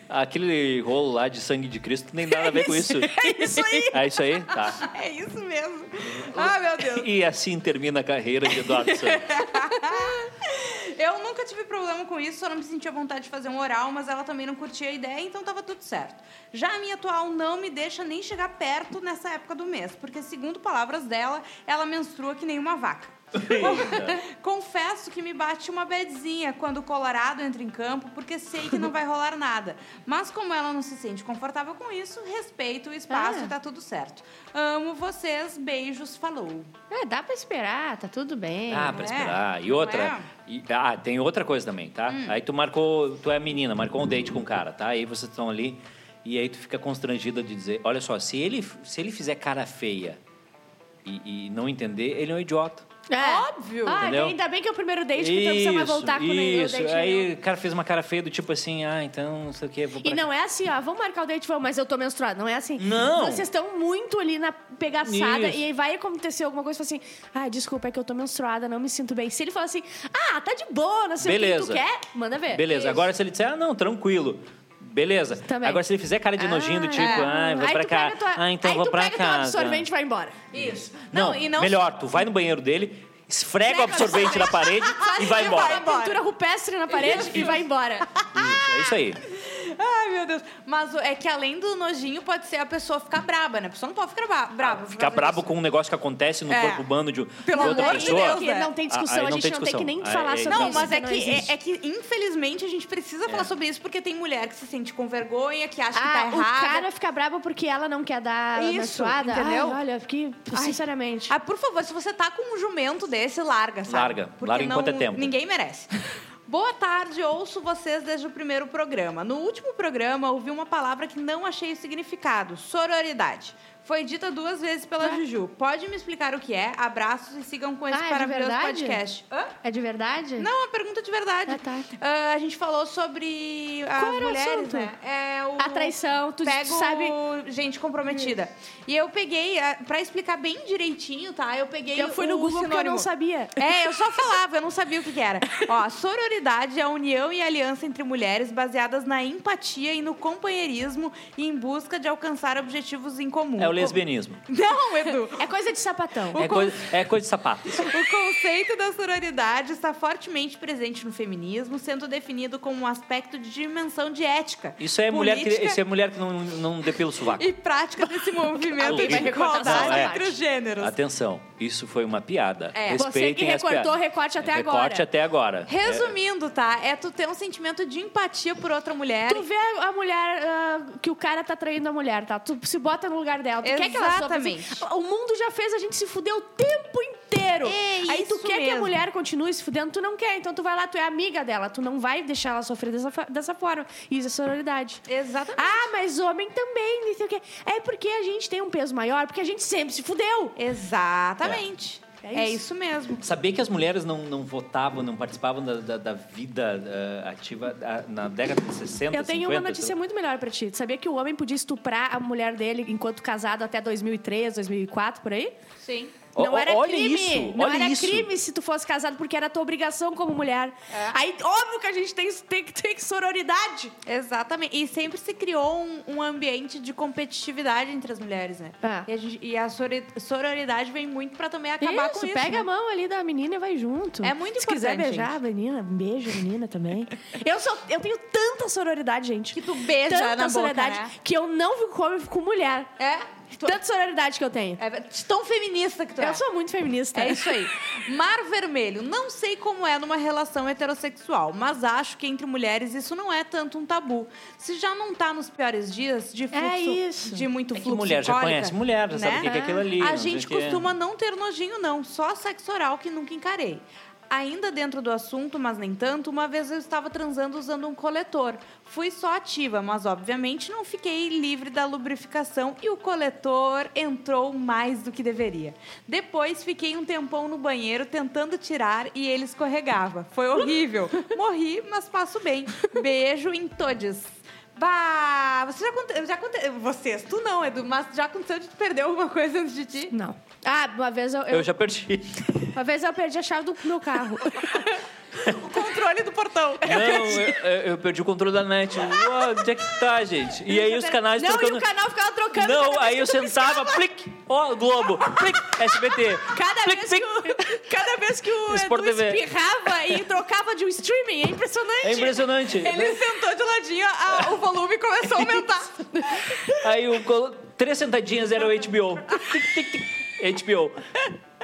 [SPEAKER 2] Aquele rolo lá de sangue de Cristo nem nada a ver com isso.
[SPEAKER 1] É isso aí.
[SPEAKER 2] É isso aí? Tá.
[SPEAKER 1] É isso mesmo. Ah, meu Deus.
[SPEAKER 2] E assim termina a carreira de Eduardo Santos.
[SPEAKER 1] Eu nunca tive problema problema com isso, só não me sentia vontade de fazer um oral, mas ela também não curtia a ideia, então tava tudo certo. Já a minha atual não me deixa nem chegar perto nessa época do mês, porque, segundo palavras dela, ela menstrua que nem uma vaca.
[SPEAKER 2] Eita.
[SPEAKER 1] Confesso que me bate uma bedzinha quando o Colorado entra em campo, porque sei que não vai rolar nada. Mas como ela não se sente confortável com isso, respeito o espaço
[SPEAKER 3] Ah.
[SPEAKER 1] e tá tudo certo. Amo vocês, beijos, falou.
[SPEAKER 3] É, dá pra esperar, tá tudo bem.
[SPEAKER 1] né?
[SPEAKER 2] Ah, pra esperar. E outra.
[SPEAKER 1] é?
[SPEAKER 2] e- ah, tem outra coisa também, tá?
[SPEAKER 1] Hum.
[SPEAKER 2] Aí tu marcou, tu é menina, marcou um date com o cara, tá? Aí vocês estão ali e aí tu fica constrangida de dizer, olha só, se ele, se ele fizer cara feia e, e não entender, ele é um idiota.
[SPEAKER 3] É.
[SPEAKER 1] Óbvio.
[SPEAKER 3] Ah,
[SPEAKER 2] Entendeu?
[SPEAKER 3] ainda bem que é o primeiro date que então você vai voltar com ele.
[SPEAKER 2] isso. Aí o cara fez uma cara feia do tipo assim, ah, então não sei o que. Vou
[SPEAKER 3] E
[SPEAKER 2] pra-
[SPEAKER 3] não é assim, ó, vamos marcar o date, vamos, mas eu tô menstruada. Não é assim.
[SPEAKER 2] Não.
[SPEAKER 3] Vocês estão muito ali na pegaçada
[SPEAKER 2] Isso.
[SPEAKER 3] e aí vai acontecer alguma coisa e fala assim: ah, desculpa, é que eu tô menstruada, não me sinto bem. Se ele falar assim, ah, tá de boa, não sei o que
[SPEAKER 2] Beleza.
[SPEAKER 3] tu quer, manda ver.
[SPEAKER 2] Beleza, agora se ele disser, ah, não, tranquilo. Beleza.
[SPEAKER 3] Também.
[SPEAKER 2] Agora se ele fizer cara de nojinho do tipo,
[SPEAKER 1] é.
[SPEAKER 2] ah, vou
[SPEAKER 3] aí
[SPEAKER 2] pra
[SPEAKER 3] tu
[SPEAKER 2] cá.
[SPEAKER 3] pega tua-
[SPEAKER 2] Ah, então
[SPEAKER 3] aí
[SPEAKER 2] vou
[SPEAKER 3] tu
[SPEAKER 2] pra
[SPEAKER 3] pega
[SPEAKER 2] casa.
[SPEAKER 3] Teu absorvente e vai embora.
[SPEAKER 1] Isso.
[SPEAKER 2] Não, melhor, tu vai no banheiro dele, esfrega o absorvente na parede e vai
[SPEAKER 3] Vai,
[SPEAKER 2] embora.
[SPEAKER 1] embora.
[SPEAKER 3] pintura rupestre na parede e vai embora.
[SPEAKER 2] Isso, é isso aí.
[SPEAKER 1] Ai, meu Deus. Mas o- é que além do nojinho, pode ser a pessoa ficar braba, né? A pessoa não pode ficar ba- braba. por
[SPEAKER 2] Ficar
[SPEAKER 1] causa
[SPEAKER 2] brabo
[SPEAKER 1] disso.
[SPEAKER 2] com um negócio que acontece no
[SPEAKER 1] É.
[SPEAKER 2] corpo humano de, de
[SPEAKER 1] Pelo
[SPEAKER 2] outra
[SPEAKER 1] amor de
[SPEAKER 2] pessoa.
[SPEAKER 1] Deus,
[SPEAKER 3] que não tem discussão,
[SPEAKER 2] Ah, aí
[SPEAKER 3] a
[SPEAKER 2] não
[SPEAKER 3] gente
[SPEAKER 2] tem
[SPEAKER 3] não tem que nem
[SPEAKER 2] discussão.
[SPEAKER 3] falar
[SPEAKER 2] Aí-
[SPEAKER 3] sobre
[SPEAKER 1] Não,
[SPEAKER 3] isso.
[SPEAKER 1] mas é que, é-
[SPEAKER 3] existe.
[SPEAKER 1] é, que, infelizmente, a gente precisa
[SPEAKER 2] É.
[SPEAKER 1] falar sobre isso, porque tem mulher que se sente com vergonha, que acha que tá
[SPEAKER 3] Ah,
[SPEAKER 1] errada.
[SPEAKER 3] o cara fica bravo porque ela não quer dar
[SPEAKER 1] Isso,
[SPEAKER 3] menstruada.
[SPEAKER 1] entendeu?
[SPEAKER 3] Ai, olha, porque, sinceramente.
[SPEAKER 1] Ah, por favor, se você tá com um jumento desse, larga, sabe?
[SPEAKER 2] Larga.
[SPEAKER 1] Porque
[SPEAKER 2] Larga
[SPEAKER 1] não-
[SPEAKER 2] enquanto é tempo.
[SPEAKER 1] Ninguém merece. Boa tarde, ouço vocês desde o primeiro programa. No último programa, ouvi uma palavra que não achei o significado: sororidade. Foi dita duas vezes pela
[SPEAKER 3] Ué?
[SPEAKER 1] Juju. Pode me explicar o que é? Abraços e sigam com esse
[SPEAKER 3] Ah, é de
[SPEAKER 1] maravilhoso
[SPEAKER 3] verdade?
[SPEAKER 1] podcast. Hã?
[SPEAKER 3] É de verdade?
[SPEAKER 1] Não, é uma pergunta de verdade.
[SPEAKER 3] Ah, tá.
[SPEAKER 1] Ah, a gente falou sobre as
[SPEAKER 3] Qual era o
[SPEAKER 1] mulheres,
[SPEAKER 3] assunto?
[SPEAKER 1] né? É o
[SPEAKER 3] A traição, tu,
[SPEAKER 1] pego
[SPEAKER 3] tu sabe.
[SPEAKER 1] gente comprometida. E eu peguei, ah, pra explicar bem direitinho, tá? Eu peguei
[SPEAKER 3] Eu fui no
[SPEAKER 1] o
[SPEAKER 3] Google porque eu
[SPEAKER 1] sinônimo.
[SPEAKER 3] não sabia.
[SPEAKER 1] É, eu só falava, eu não sabia o que, que era. Ó, sororidade é a união e aliança entre mulheres baseadas na empatia e no companheirismo e em busca de alcançar objetivos em
[SPEAKER 3] né?
[SPEAKER 1] comum.
[SPEAKER 2] É o lesbianismo.
[SPEAKER 1] Não, Edu.
[SPEAKER 3] É coisa de sapatão.
[SPEAKER 2] É coisa, é coisa de sapato.
[SPEAKER 1] O conceito da sororidade está fortemente presente no feminismo, sendo definido como um aspecto de dimensão de ética.
[SPEAKER 2] Isso é mulher que,
[SPEAKER 1] política
[SPEAKER 2] isso é mulher que não, não depila o sovaco.
[SPEAKER 1] E prática desse movimento
[SPEAKER 2] Alguém
[SPEAKER 1] de
[SPEAKER 2] vai
[SPEAKER 3] recortar essa
[SPEAKER 1] igualdade
[SPEAKER 2] parte.
[SPEAKER 1] entre os gêneros.
[SPEAKER 2] Atenção, isso foi uma piada.
[SPEAKER 1] É.
[SPEAKER 2] Respeitem
[SPEAKER 3] Você que
[SPEAKER 2] as
[SPEAKER 3] recortou,
[SPEAKER 2] piadas.
[SPEAKER 3] recorte até
[SPEAKER 2] Recorte
[SPEAKER 3] agora.
[SPEAKER 2] até agora.
[SPEAKER 1] Resumindo, tá? É tu ter um sentimento de empatia por outra mulher.
[SPEAKER 3] Tu vê a a mulher ah, que o cara tá traindo a mulher, tá? Tu se bota no lugar dela. Tu quer que ela sofra.
[SPEAKER 1] Exatamente.
[SPEAKER 3] assim? O mundo já fez a gente se fuder o tempo inteiro.
[SPEAKER 1] É
[SPEAKER 3] Aí tu
[SPEAKER 1] isso
[SPEAKER 3] quer que a
[SPEAKER 1] mesmo.
[SPEAKER 3] mulher continue se fudendo, tu não quer. Então tu vai lá, tu é amiga dela. Tu não vai deixar ela sofrer dessa, fa- dessa forma. Isso é sororidade.
[SPEAKER 1] Exatamente.
[SPEAKER 3] Ah, mas homem também, não sei o quê. É porque a gente tem um peso maior, porque a gente sempre se fudeu.
[SPEAKER 1] Exatamente.
[SPEAKER 3] É.
[SPEAKER 1] É
[SPEAKER 3] É
[SPEAKER 1] isso,
[SPEAKER 3] isso.
[SPEAKER 1] mesmo.
[SPEAKER 2] Sabia que as mulheres não, não votavam, não participavam da, da- da vida eh, ativa ah, na década de 60,
[SPEAKER 3] Eu tenho
[SPEAKER 2] 50,
[SPEAKER 3] uma notícia
[SPEAKER 2] sei lá.
[SPEAKER 3] muito melhor pra ti. Tu sabia que o homem podia estuprar a mulher dele enquanto casado até 2003, 2004, por aí?
[SPEAKER 1] Sim.
[SPEAKER 2] Ó,
[SPEAKER 3] Não
[SPEAKER 2] ó,
[SPEAKER 3] era
[SPEAKER 2] olha
[SPEAKER 3] crime.
[SPEAKER 2] isso,
[SPEAKER 3] não
[SPEAKER 2] olha
[SPEAKER 3] era
[SPEAKER 2] isso.
[SPEAKER 3] crime se tu fosse casado, porque era tua obrigação como mulher.
[SPEAKER 1] É.
[SPEAKER 3] Aí, óbvio que a gente tem, tem, que- tem que sororidade.
[SPEAKER 1] Exatamente. E sempre se criou um, um ambiente de competitividade entre as mulheres, né?
[SPEAKER 3] É.
[SPEAKER 1] E a, gente- e a sori- sororidade vem muito pra também acabar
[SPEAKER 3] isso,
[SPEAKER 1] com isso.
[SPEAKER 3] pega
[SPEAKER 1] né?
[SPEAKER 3] a mão ali da menina e vai junto.
[SPEAKER 1] É muito
[SPEAKER 3] Se quiser
[SPEAKER 1] importante,
[SPEAKER 3] beijar a menina, beija a menina também. eu, sou, eu tenho tanta sororidade, gente.
[SPEAKER 1] Que tu beija
[SPEAKER 3] tanta
[SPEAKER 1] na boca,
[SPEAKER 3] sororidade
[SPEAKER 1] né?
[SPEAKER 3] que eu não fico homem, eu fico mulher.
[SPEAKER 1] É? Tu-
[SPEAKER 3] Tanta sororidade que eu tenho.
[SPEAKER 1] É de tão feminista que tu é.
[SPEAKER 3] Eu sou muito feminista.
[SPEAKER 1] É isso aí. Mar Vermelho. Não sei como é numa relação heterossexual, mas acho que entre mulheres isso não é tanto um tabu. Se já não tá nos piores dias de fluxo,
[SPEAKER 3] isso.
[SPEAKER 1] de muito
[SPEAKER 2] É que
[SPEAKER 1] fluxo
[SPEAKER 2] mulher já
[SPEAKER 1] cólica, né?
[SPEAKER 2] conhece mulher, já sabe o que que é aquilo ali.
[SPEAKER 1] a
[SPEAKER 2] não sei
[SPEAKER 1] gente
[SPEAKER 2] o que é.
[SPEAKER 1] costuma não ter nojinho, não. Só sexo oral que nunca encarei. Ainda dentro do assunto, mas nem tanto, uma vez eu estava transando usando um coletor. Fui só ativa, mas obviamente não fiquei livre da lubrificação e o coletor entrou mais do que deveria. Depois fiquei um tempão no banheiro tentando tirar e ele escorregava. Foi horrível. Morri, mas passo bem. Beijo em todes. Bah, você já aconteceu. Já aconte... Vocês, tu não, Edu, mas já aconteceu de tu perder alguma coisa antes de ti?
[SPEAKER 3] Não. Ah, uma vez eu, eu-
[SPEAKER 2] Eu já perdi.
[SPEAKER 3] uma vez eu perdi a chave do meu carro.
[SPEAKER 1] O controle do portão.
[SPEAKER 2] Não, eu, eu- eu perdi o controle da net. Uau, onde é que tá, gente? E aí os canais
[SPEAKER 3] não,
[SPEAKER 2] trocando.
[SPEAKER 3] e o canal ficava trocando.
[SPEAKER 2] Não,
[SPEAKER 3] cada vez
[SPEAKER 2] aí
[SPEAKER 3] que
[SPEAKER 2] eu
[SPEAKER 3] tu
[SPEAKER 2] sentava,
[SPEAKER 3] piscava.
[SPEAKER 2] plic, ó, Globo, plic, SBT.
[SPEAKER 3] Cada
[SPEAKER 2] plic,
[SPEAKER 3] vez,
[SPEAKER 2] plic.
[SPEAKER 3] que o, cada vez que o
[SPEAKER 2] Sport
[SPEAKER 3] Edu
[SPEAKER 2] TV.
[SPEAKER 3] espirrava e trocava de um streaming, é impressionante.
[SPEAKER 2] É impressionante.
[SPEAKER 1] Ele sentou de ladinho, a- o volume começou a aumentar.
[SPEAKER 2] Aí o colo- três sentadinhas era o HBO. Tic, tic, tic. HBO.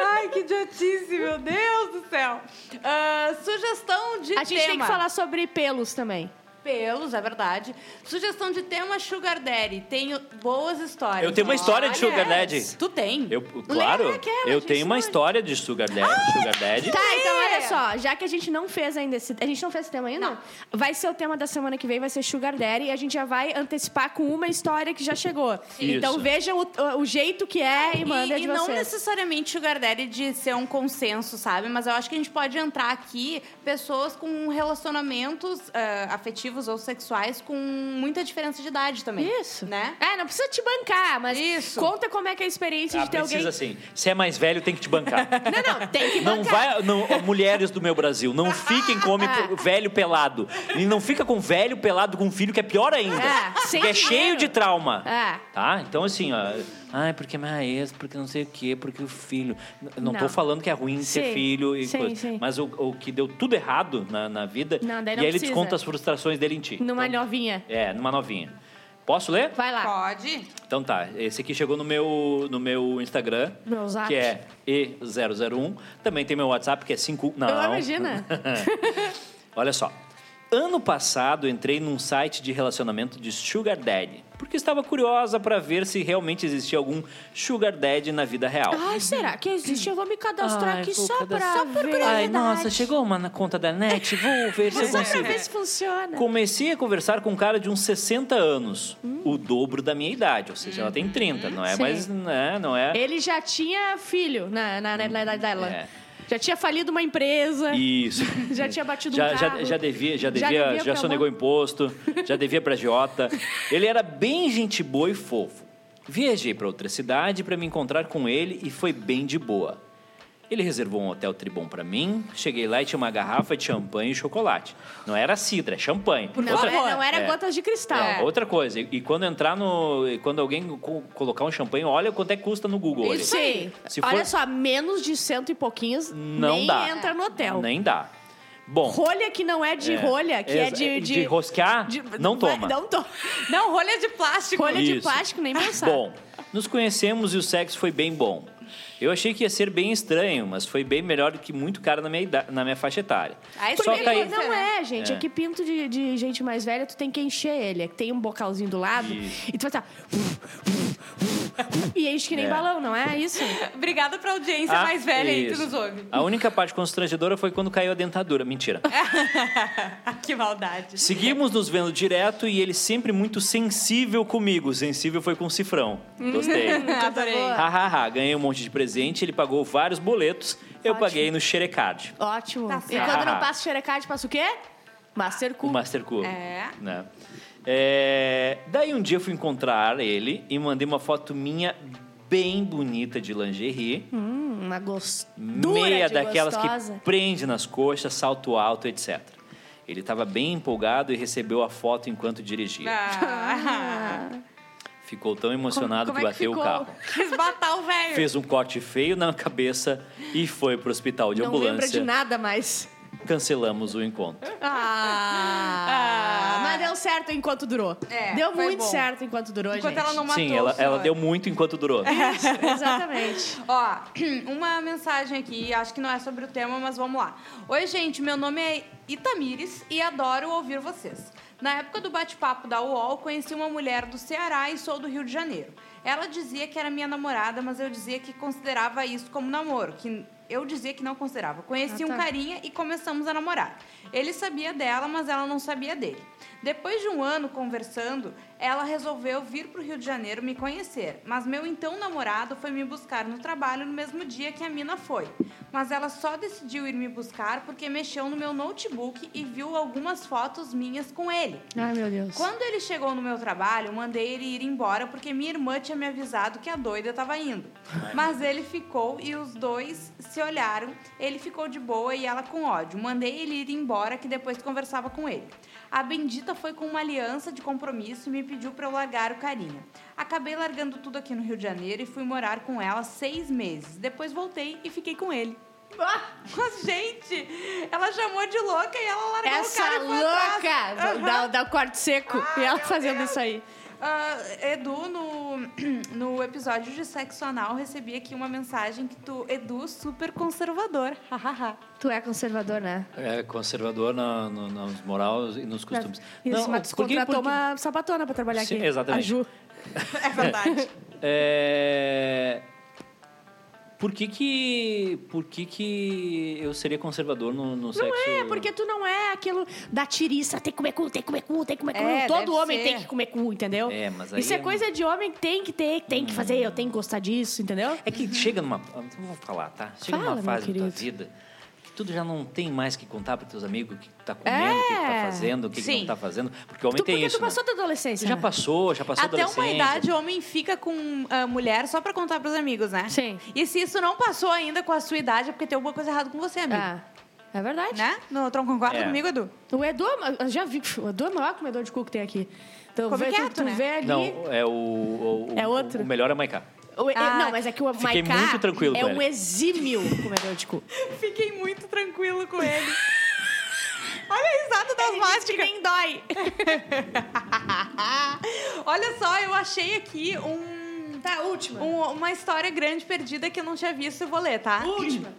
[SPEAKER 1] Ai, que idiotice, meu Deus do céu. Ah, sugestão de
[SPEAKER 3] A gente tem
[SPEAKER 1] tema.
[SPEAKER 3] que falar sobre pelos também.
[SPEAKER 1] pelos, é verdade. Sugestão de tema Sugar Daddy. Tenho boas histórias.
[SPEAKER 2] Eu tenho uma história de
[SPEAKER 1] Olha,
[SPEAKER 2] Sugar Daddy.
[SPEAKER 1] Tu tem? é
[SPEAKER 2] Eu, claro,
[SPEAKER 3] Lembra aquela
[SPEAKER 2] eu
[SPEAKER 3] que
[SPEAKER 2] tenho uma
[SPEAKER 3] sonha?
[SPEAKER 2] história de Sugar Daddy. Sugar Daddy.
[SPEAKER 3] Tá, então
[SPEAKER 1] É.
[SPEAKER 3] olha só, já que a gente não fez ainda esse. A gente não fez esse tema ainda?
[SPEAKER 1] Não.
[SPEAKER 3] Vai ser o tema da semana que vem, vai ser Sugar Daddy, e a gente já vai antecipar com uma história que já chegou. Então
[SPEAKER 2] Isso.
[SPEAKER 3] vejam o, o jeito que é e manda
[SPEAKER 1] e
[SPEAKER 3] de
[SPEAKER 1] não
[SPEAKER 3] vocês.
[SPEAKER 1] necessariamente Sugar Daddy de ser um consenso, sabe? Mas eu acho que a gente pode entrar aqui pessoas com relacionamentos ah, afetivos ou sexuais com muita diferença de idade também.
[SPEAKER 3] Isso.
[SPEAKER 1] Né?
[SPEAKER 3] É, não precisa te bancar, mas
[SPEAKER 1] Isso.
[SPEAKER 3] conta como é que é a experiência
[SPEAKER 2] Ah,
[SPEAKER 3] de ter alguém.
[SPEAKER 2] precisa sim. Se é mais velho, tem que te bancar.
[SPEAKER 3] Não, não, tem que bancar.
[SPEAKER 2] Não vai, não, ó, mulheres do meu Brasil, não fiquem com homem pe- velho pelado. E não fica com velho pelado com filho, que é pior ainda.
[SPEAKER 3] É, sem
[SPEAKER 2] porque é
[SPEAKER 3] dinheiro.
[SPEAKER 2] cheio de trauma.
[SPEAKER 3] É.
[SPEAKER 2] Tá? Então, assim, ó. Ai, porque minha ex, porque não sei o quê, porque o filho. N- Não,
[SPEAKER 3] Não.
[SPEAKER 2] tô falando que é ruim
[SPEAKER 3] Sim,
[SPEAKER 2] ser filho e
[SPEAKER 3] sim,
[SPEAKER 2] coisa.
[SPEAKER 3] sim.
[SPEAKER 2] Mas o, o que deu tudo errado na, na vida.
[SPEAKER 3] Não, daí
[SPEAKER 2] e
[SPEAKER 3] não
[SPEAKER 2] aí ele
[SPEAKER 3] precisa.
[SPEAKER 2] desconta as frustrações dele em ti.
[SPEAKER 3] Numa
[SPEAKER 2] Então,
[SPEAKER 3] novinha.
[SPEAKER 2] É, numa novinha. Posso ler?
[SPEAKER 3] Vai lá.
[SPEAKER 1] Pode?
[SPEAKER 2] Então tá, esse aqui chegou no meu, no meu Instagram,
[SPEAKER 3] Meu zap.
[SPEAKER 2] que é E001. Também tem meu WhatsApp, que é 5... Não.
[SPEAKER 3] Eu imagina.
[SPEAKER 2] Olha só. Ano passado, entrei num site de relacionamento de Sugar Daddy, porque estava curiosa para ver se realmente existia algum Sugar Daddy na vida real.
[SPEAKER 3] Ai, será que existe? Eu vou me cadastrar
[SPEAKER 2] Ai,
[SPEAKER 3] Ah, aqui
[SPEAKER 2] vou
[SPEAKER 3] só
[SPEAKER 2] cadastrar.
[SPEAKER 3] pra ver.
[SPEAKER 2] Ai, nossa, chegou uma na conta da net, vou ver se eu
[SPEAKER 3] Só pra
[SPEAKER 2] consigo.
[SPEAKER 3] ver se funciona.
[SPEAKER 2] Comecei a conversar com um cara de uns 60 anos, o dobro da minha idade, ou seja, ela tem 30, não é?
[SPEAKER 3] Uhum. Sim.
[SPEAKER 2] Mas né, não é.
[SPEAKER 3] Ele já tinha filho na, na, na, na idade dela.
[SPEAKER 2] É.
[SPEAKER 3] Já tinha falido uma empresa.
[SPEAKER 2] Isso.
[SPEAKER 3] Já tinha batido um
[SPEAKER 2] já,
[SPEAKER 3] carro.
[SPEAKER 2] já, já devia, já
[SPEAKER 3] Já
[SPEAKER 2] devia, já,
[SPEAKER 3] devia pra
[SPEAKER 2] sonegou imposto, já devia pra Jota. Ele era bem gente boa e fofo. Viajei pra outra cidade pra me encontrar com ele e foi bem de boa. Ele reservou um hotel tribom pra mim. Cheguei lá e tinha uma garrafa de champanhe e chocolate. Não era cidra, é champanhe.
[SPEAKER 3] Não,
[SPEAKER 2] Outra-
[SPEAKER 3] é- não era
[SPEAKER 2] É.
[SPEAKER 3] gotas de cristal.
[SPEAKER 2] É, outra coisa. E, e quando entrar no, e quando alguém co- colocar um champanhe, olha quanto é que custa no Google. olha.
[SPEAKER 3] Isso aí.
[SPEAKER 2] Se
[SPEAKER 3] Olha
[SPEAKER 2] for-
[SPEAKER 3] só, menos de cento e pouquinhos
[SPEAKER 2] Não
[SPEAKER 3] nem
[SPEAKER 2] dá.
[SPEAKER 3] entra no hotel.
[SPEAKER 2] Nem dá. Bom,
[SPEAKER 3] Rolha que não é de
[SPEAKER 2] É.
[SPEAKER 3] rolha, que é
[SPEAKER 2] Exa-
[SPEAKER 3] de...
[SPEAKER 2] de rosquear, não
[SPEAKER 3] vai-
[SPEAKER 2] toma.
[SPEAKER 3] Não toma.
[SPEAKER 1] Não, rolha de plástico.
[SPEAKER 3] Rolha de
[SPEAKER 2] Isso.
[SPEAKER 3] plástico, nem pensar.
[SPEAKER 2] Bom, nos conhecemos e o sexo foi bem bom. Eu achei que ia ser bem estranho, mas foi bem melhor do que muito cara na minha, ida- na minha faixa etária.
[SPEAKER 1] Aí
[SPEAKER 2] Só
[SPEAKER 1] você
[SPEAKER 2] que
[SPEAKER 1] vê,
[SPEAKER 2] aí-
[SPEAKER 1] né?
[SPEAKER 3] Não é, gente. É,
[SPEAKER 2] É.
[SPEAKER 3] que pinto de, de gente mais velha, tu tem que encher ele. É que tem um bocalzinho do lado
[SPEAKER 2] Isso.
[SPEAKER 3] e tu vai estar... e enche que nem
[SPEAKER 2] É.
[SPEAKER 3] balão, não é isso?
[SPEAKER 1] Obrigada pra audiência
[SPEAKER 3] é
[SPEAKER 2] Ah,
[SPEAKER 1] mais velha aí que
[SPEAKER 2] isso. Ah.
[SPEAKER 1] nos ouve.
[SPEAKER 2] A única parte constrangedora foi quando caiu a dentadura. Mentira.
[SPEAKER 1] Ah, que maldade.
[SPEAKER 2] Seguimos nos vendo direto e ele sempre muito sensível comigo. Sensível foi com cifrão. Gostei.
[SPEAKER 1] Adorei.
[SPEAKER 2] Hahaha, ganhei um monte de presente, ele pagou vários boletos, eu
[SPEAKER 3] Ótimo.
[SPEAKER 2] paguei no Xerecard.
[SPEAKER 3] Ótimo.
[SPEAKER 1] Tá
[SPEAKER 3] e
[SPEAKER 1] certo.
[SPEAKER 3] quando não passa xerecard, passa o quê? Master
[SPEAKER 2] O
[SPEAKER 3] Cool.
[SPEAKER 2] Master Cool.
[SPEAKER 1] É.
[SPEAKER 2] Né? É, Daí um dia eu fui encontrar ele e mandei uma foto minha bem bonita de lingerie.
[SPEAKER 3] Hum, uma gostura
[SPEAKER 2] meia
[SPEAKER 3] de
[SPEAKER 2] daquelas
[SPEAKER 3] gostosa.
[SPEAKER 2] que prende nas coxas, salto alto, etc. Ele estava bem empolgado e recebeu a foto enquanto dirigia.
[SPEAKER 1] Ah.
[SPEAKER 2] Ficou tão emocionado
[SPEAKER 3] Como-
[SPEAKER 2] que
[SPEAKER 3] como é que
[SPEAKER 2] bateu o
[SPEAKER 3] ficou?
[SPEAKER 2] carro.
[SPEAKER 1] Quis matar o velho.
[SPEAKER 2] Fez um corte feio na cabeça e foi pro hospital de
[SPEAKER 3] Não lembra
[SPEAKER 2] ambulância.
[SPEAKER 3] de nada mais.
[SPEAKER 2] Cancelamos o encontro.
[SPEAKER 3] Ah,
[SPEAKER 1] Ah.
[SPEAKER 3] Mas deu certo enquanto durou.
[SPEAKER 1] É,
[SPEAKER 3] deu
[SPEAKER 1] foi
[SPEAKER 3] muito
[SPEAKER 1] bom.
[SPEAKER 3] certo enquanto durou,
[SPEAKER 1] Enquanto
[SPEAKER 3] gente.
[SPEAKER 1] ela não matou.
[SPEAKER 2] Sim, ela,
[SPEAKER 1] o
[SPEAKER 2] ela
[SPEAKER 3] é.
[SPEAKER 1] senhor.
[SPEAKER 2] deu muito enquanto durou.
[SPEAKER 3] Exatamente.
[SPEAKER 1] Ó, uma mensagem aqui, acho que não é sobre o tema, mas vamos lá. Oi, gente, meu nome é Itamires e adoro ouvir vocês. Na época do bate-papo da UOL, conheci uma mulher do Ceará e sou do Rio de Janeiro. Ela dizia que era minha namorada, mas eu dizia que considerava isso como namoro, que Eu dizia que não considerava. Conheci
[SPEAKER 3] Ah, tá.
[SPEAKER 1] um carinha e começamos a namorar. Ele sabia dela, mas ela não sabia dele. Depois de um ano conversando, ela resolveu vir para o Rio de Janeiro me conhecer. Mas meu então namorado foi me buscar no trabalho no mesmo dia que a mina foi. Mas ela só decidiu ir me buscar porque mexeu no meu notebook e viu algumas fotos minhas com ele.
[SPEAKER 3] Ai, meu Deus.
[SPEAKER 1] Quando ele chegou no meu trabalho, mandei ele ir embora porque minha irmã tinha me avisado que a doida estava indo. Mas ele ficou e os dois se olharam. Ele ficou de boa e ela com ódio. Mandei ele ir embora que depois conversava com ele. A bendita foi com uma aliança de compromisso e me pediu para eu largar o carinha. Acabei largando tudo aqui no Rio de Janeiro e fui morar com ela seis meses. Depois voltei e fiquei com ele.
[SPEAKER 3] Ah!
[SPEAKER 1] Mas, gente, ela chamou de louca e ela largou o
[SPEAKER 3] Essa
[SPEAKER 1] cara e foi atrás.
[SPEAKER 3] louca
[SPEAKER 1] Aham.
[SPEAKER 3] da, da corte seco.
[SPEAKER 1] Ai,
[SPEAKER 3] e ela
[SPEAKER 1] meu
[SPEAKER 3] fazendo
[SPEAKER 1] Deus.
[SPEAKER 3] isso aí.
[SPEAKER 1] Ah, Edu, no, no episódio de sexo anal, recebi aqui uma mensagem que tu, Edu, super conservador. Hahaha.
[SPEAKER 3] Tu é conservador, né?
[SPEAKER 2] É conservador na, no- nos moral e nos costumes.
[SPEAKER 3] Isso, mas tu
[SPEAKER 2] por quê?
[SPEAKER 3] contratou
[SPEAKER 2] Porque-
[SPEAKER 3] uma sapatona pra trabalhar
[SPEAKER 2] Sim,
[SPEAKER 3] aqui.
[SPEAKER 2] exatamente.
[SPEAKER 3] A Ju.
[SPEAKER 1] é verdade.
[SPEAKER 2] É... Por que que... Por que que eu seria conservador no, no sexo?
[SPEAKER 3] É, porque tu não é aquilo da tiriça, tem que comer cu, tem que comer cu, tem que comer cu.
[SPEAKER 1] É,
[SPEAKER 3] Todo
[SPEAKER 1] deve
[SPEAKER 3] homem
[SPEAKER 1] ser.
[SPEAKER 3] tem que comer cu, entendeu?
[SPEAKER 2] É, mas aí
[SPEAKER 3] Isso é
[SPEAKER 2] é um-
[SPEAKER 3] coisa de homem que tem que ter, que tem que fazer, eu tenho que gostar disso, entendeu?
[SPEAKER 2] É que chega numa... eu Vou falar, tá? Chega numa
[SPEAKER 3] Fala, meu
[SPEAKER 2] fase da tua
[SPEAKER 3] querido.
[SPEAKER 2] vida que tu já não tem mais que contar para teus amigos o que tu tá comendo,
[SPEAKER 3] É.
[SPEAKER 2] o que tu tá fazendo, o que, que
[SPEAKER 1] Sim.
[SPEAKER 2] não tá fazendo. Porque o homem
[SPEAKER 3] Tu,
[SPEAKER 2] tem
[SPEAKER 3] porque
[SPEAKER 2] isso,
[SPEAKER 3] tu passou
[SPEAKER 2] né?
[SPEAKER 3] da adolescência.
[SPEAKER 2] Já
[SPEAKER 3] né?
[SPEAKER 2] passou, já passou
[SPEAKER 1] Até uma
[SPEAKER 2] adolescência.
[SPEAKER 1] idade, o homem fica com ah, mulher só pra contar pros amigos, né?
[SPEAKER 3] Sim.
[SPEAKER 1] E se isso não passou ainda com a sua idade, é porque tem alguma coisa errada com você, amigo.
[SPEAKER 3] Ah, é verdade.
[SPEAKER 1] Né? No tronco concorda
[SPEAKER 2] É.
[SPEAKER 1] comigo, Edu?
[SPEAKER 3] O Edu, eu já vi, o Edu é o maior comedor de cu que tem aqui. Então,
[SPEAKER 1] Come
[SPEAKER 3] vê, tu,
[SPEAKER 1] quieto,
[SPEAKER 3] tu
[SPEAKER 1] né?
[SPEAKER 3] vê ali...
[SPEAKER 2] Não, é o... o- o-
[SPEAKER 3] É outro?
[SPEAKER 2] O melhor é Maiká.
[SPEAKER 3] O-
[SPEAKER 1] Ah,
[SPEAKER 3] não, mas é que o
[SPEAKER 2] fiquei
[SPEAKER 3] Maiká
[SPEAKER 2] muito tranquilo
[SPEAKER 3] é
[SPEAKER 2] com
[SPEAKER 3] um
[SPEAKER 2] ele.
[SPEAKER 3] exímio comedor de cu.
[SPEAKER 1] Fiquei muito tranquilo com ele. Olha a risada das másticas.
[SPEAKER 3] nem dói.
[SPEAKER 1] Olha só, eu achei aqui um.
[SPEAKER 3] Tá, última.
[SPEAKER 1] um- uma história grande perdida que eu não tinha visto e vou ler, tá?
[SPEAKER 3] Última.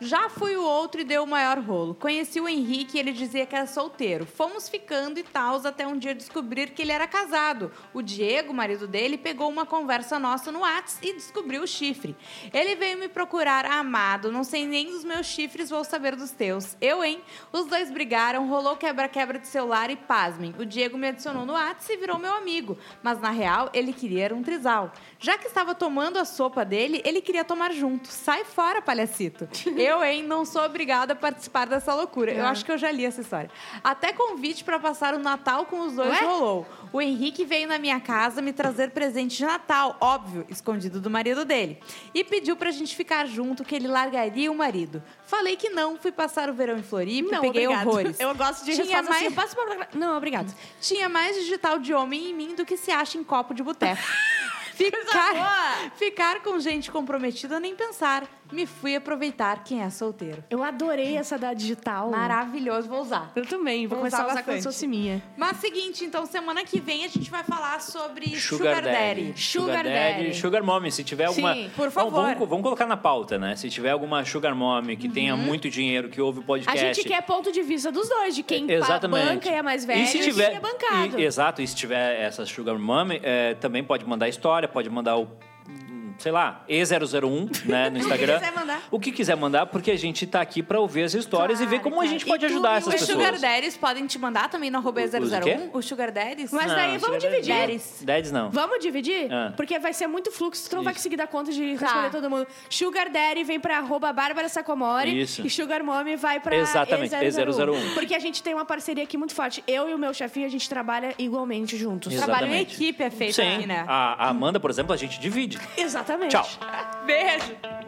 [SPEAKER 1] Já fui o outro e deu o maior rolo. Conheci o Henrique e ele dizia que era solteiro. Fomos ficando e tals até um dia descobrir que ele era casado. O Diego, marido dele, pegou uma conversa nossa no Whats e descobriu o chifre. Ele veio me procurar, "Ah, amado. Não sei nem dos meus chifres, vou saber dos teus. Eu, hein? Os dois brigaram, rolou quebra-quebra de celular e pasmem. O Diego me adicionou no Whats e virou meu amigo. Mas na real, ele queria era um trisal. Já que estava tomando a sopa dele, ele queria tomar junto. Sai fora, palhacito. Eu, hein, não sou obrigada a participar dessa loucura. Eu
[SPEAKER 3] Ah.
[SPEAKER 1] acho que eu já li essa história. Até convite para passar o Natal com os dois
[SPEAKER 3] Ué?
[SPEAKER 1] rolou. O Henrique veio na minha casa me trazer presente de Natal, óbvio, escondido do marido dele. E pediu pra gente ficar junto, que ele largaria o marido. Falei que não, fui passar o verão em Floripa e
[SPEAKER 3] Não,
[SPEAKER 1] peguei
[SPEAKER 3] obrigado.
[SPEAKER 1] horrores.
[SPEAKER 3] Eu gosto de
[SPEAKER 1] Tinha
[SPEAKER 3] respostas
[SPEAKER 1] mais-
[SPEAKER 3] assim, passa pra... Não, obrigado.
[SPEAKER 1] Tinha mais digital de homem em mim do que se acha em copo de boteco.
[SPEAKER 3] boa!
[SPEAKER 1] Ficar, ficar com gente comprometida, nem pensar. Me fui aproveitar quem é solteiro.
[SPEAKER 3] Eu adorei essa da digital.
[SPEAKER 1] Maravilhoso, vou usar.
[SPEAKER 3] Eu também, vou
[SPEAKER 1] Vou
[SPEAKER 3] começar a
[SPEAKER 1] usar
[SPEAKER 3] usar como se
[SPEAKER 1] bastante.
[SPEAKER 3] fosse minha.
[SPEAKER 1] Mas seguinte, então semana que vem a gente vai falar sobre
[SPEAKER 2] Sugar, Daddy.
[SPEAKER 3] Sugar Daddy.
[SPEAKER 2] Sugar Mommy. Se tiver alguma...
[SPEAKER 3] Sim,
[SPEAKER 1] por
[SPEAKER 2] Não,
[SPEAKER 1] favor.
[SPEAKER 2] vamos, vamos colocar na pauta, né? Se tiver alguma Sugar Mommy que tenha muito dinheiro, que ouve o
[SPEAKER 3] Uhum. A
[SPEAKER 2] podcast...
[SPEAKER 3] gente quer ponto de vista dos dois, de quem
[SPEAKER 2] Exatamente.
[SPEAKER 3] banca e é mais velho e,
[SPEAKER 2] se
[SPEAKER 3] de
[SPEAKER 2] tiver,
[SPEAKER 3] quem é bancado.
[SPEAKER 2] e- exato, e se tiver essa Sugar Mommy, é, também pode mandar história, pode mandar o. hum, Sei lá, E001, né, no Instagram.
[SPEAKER 1] quiser mandar.
[SPEAKER 2] O que quiser mandar, porque a gente tá aqui pra ouvir as histórias e ver como a
[SPEAKER 3] claro.
[SPEAKER 2] gente pode
[SPEAKER 3] E um tu
[SPEAKER 2] ajudar
[SPEAKER 3] e
[SPEAKER 2] essas
[SPEAKER 1] Os
[SPEAKER 2] pessoas.
[SPEAKER 1] Sugar Daddies podem te mandar também no arroba
[SPEAKER 2] Os o quê?
[SPEAKER 1] 001? Os Sugar Daddies?
[SPEAKER 3] Mas
[SPEAKER 2] Não,
[SPEAKER 3] daí vamos
[SPEAKER 2] Sugar Daddy
[SPEAKER 3] dividir.
[SPEAKER 2] não.
[SPEAKER 1] Daddies.
[SPEAKER 2] Daddies não.
[SPEAKER 3] Vamos dividir?
[SPEAKER 2] Ah.
[SPEAKER 3] Porque vai ser muito fluxo, tu não vai
[SPEAKER 2] Isso.
[SPEAKER 3] conseguir dar conta de
[SPEAKER 1] Tá.
[SPEAKER 3] responder todo mundo. Sugar Daddy vem pra arroba Bárbara Sacomori
[SPEAKER 2] Isso.
[SPEAKER 3] e Sugar Mommy vai pra
[SPEAKER 2] Exatamente,
[SPEAKER 3] E001.
[SPEAKER 2] E001.
[SPEAKER 3] Porque a gente tem uma parceria aqui muito forte. Eu e o meu chefinho, a gente trabalha igualmente juntos.
[SPEAKER 2] Exato.
[SPEAKER 1] Trabalho em
[SPEAKER 2] Exatamente.
[SPEAKER 1] equipe é feito
[SPEAKER 2] Sim.
[SPEAKER 1] aqui, né?
[SPEAKER 2] A a Amanda, por exemplo, a gente divide.
[SPEAKER 3] Exatamente.
[SPEAKER 2] Tchau.
[SPEAKER 1] Beijo!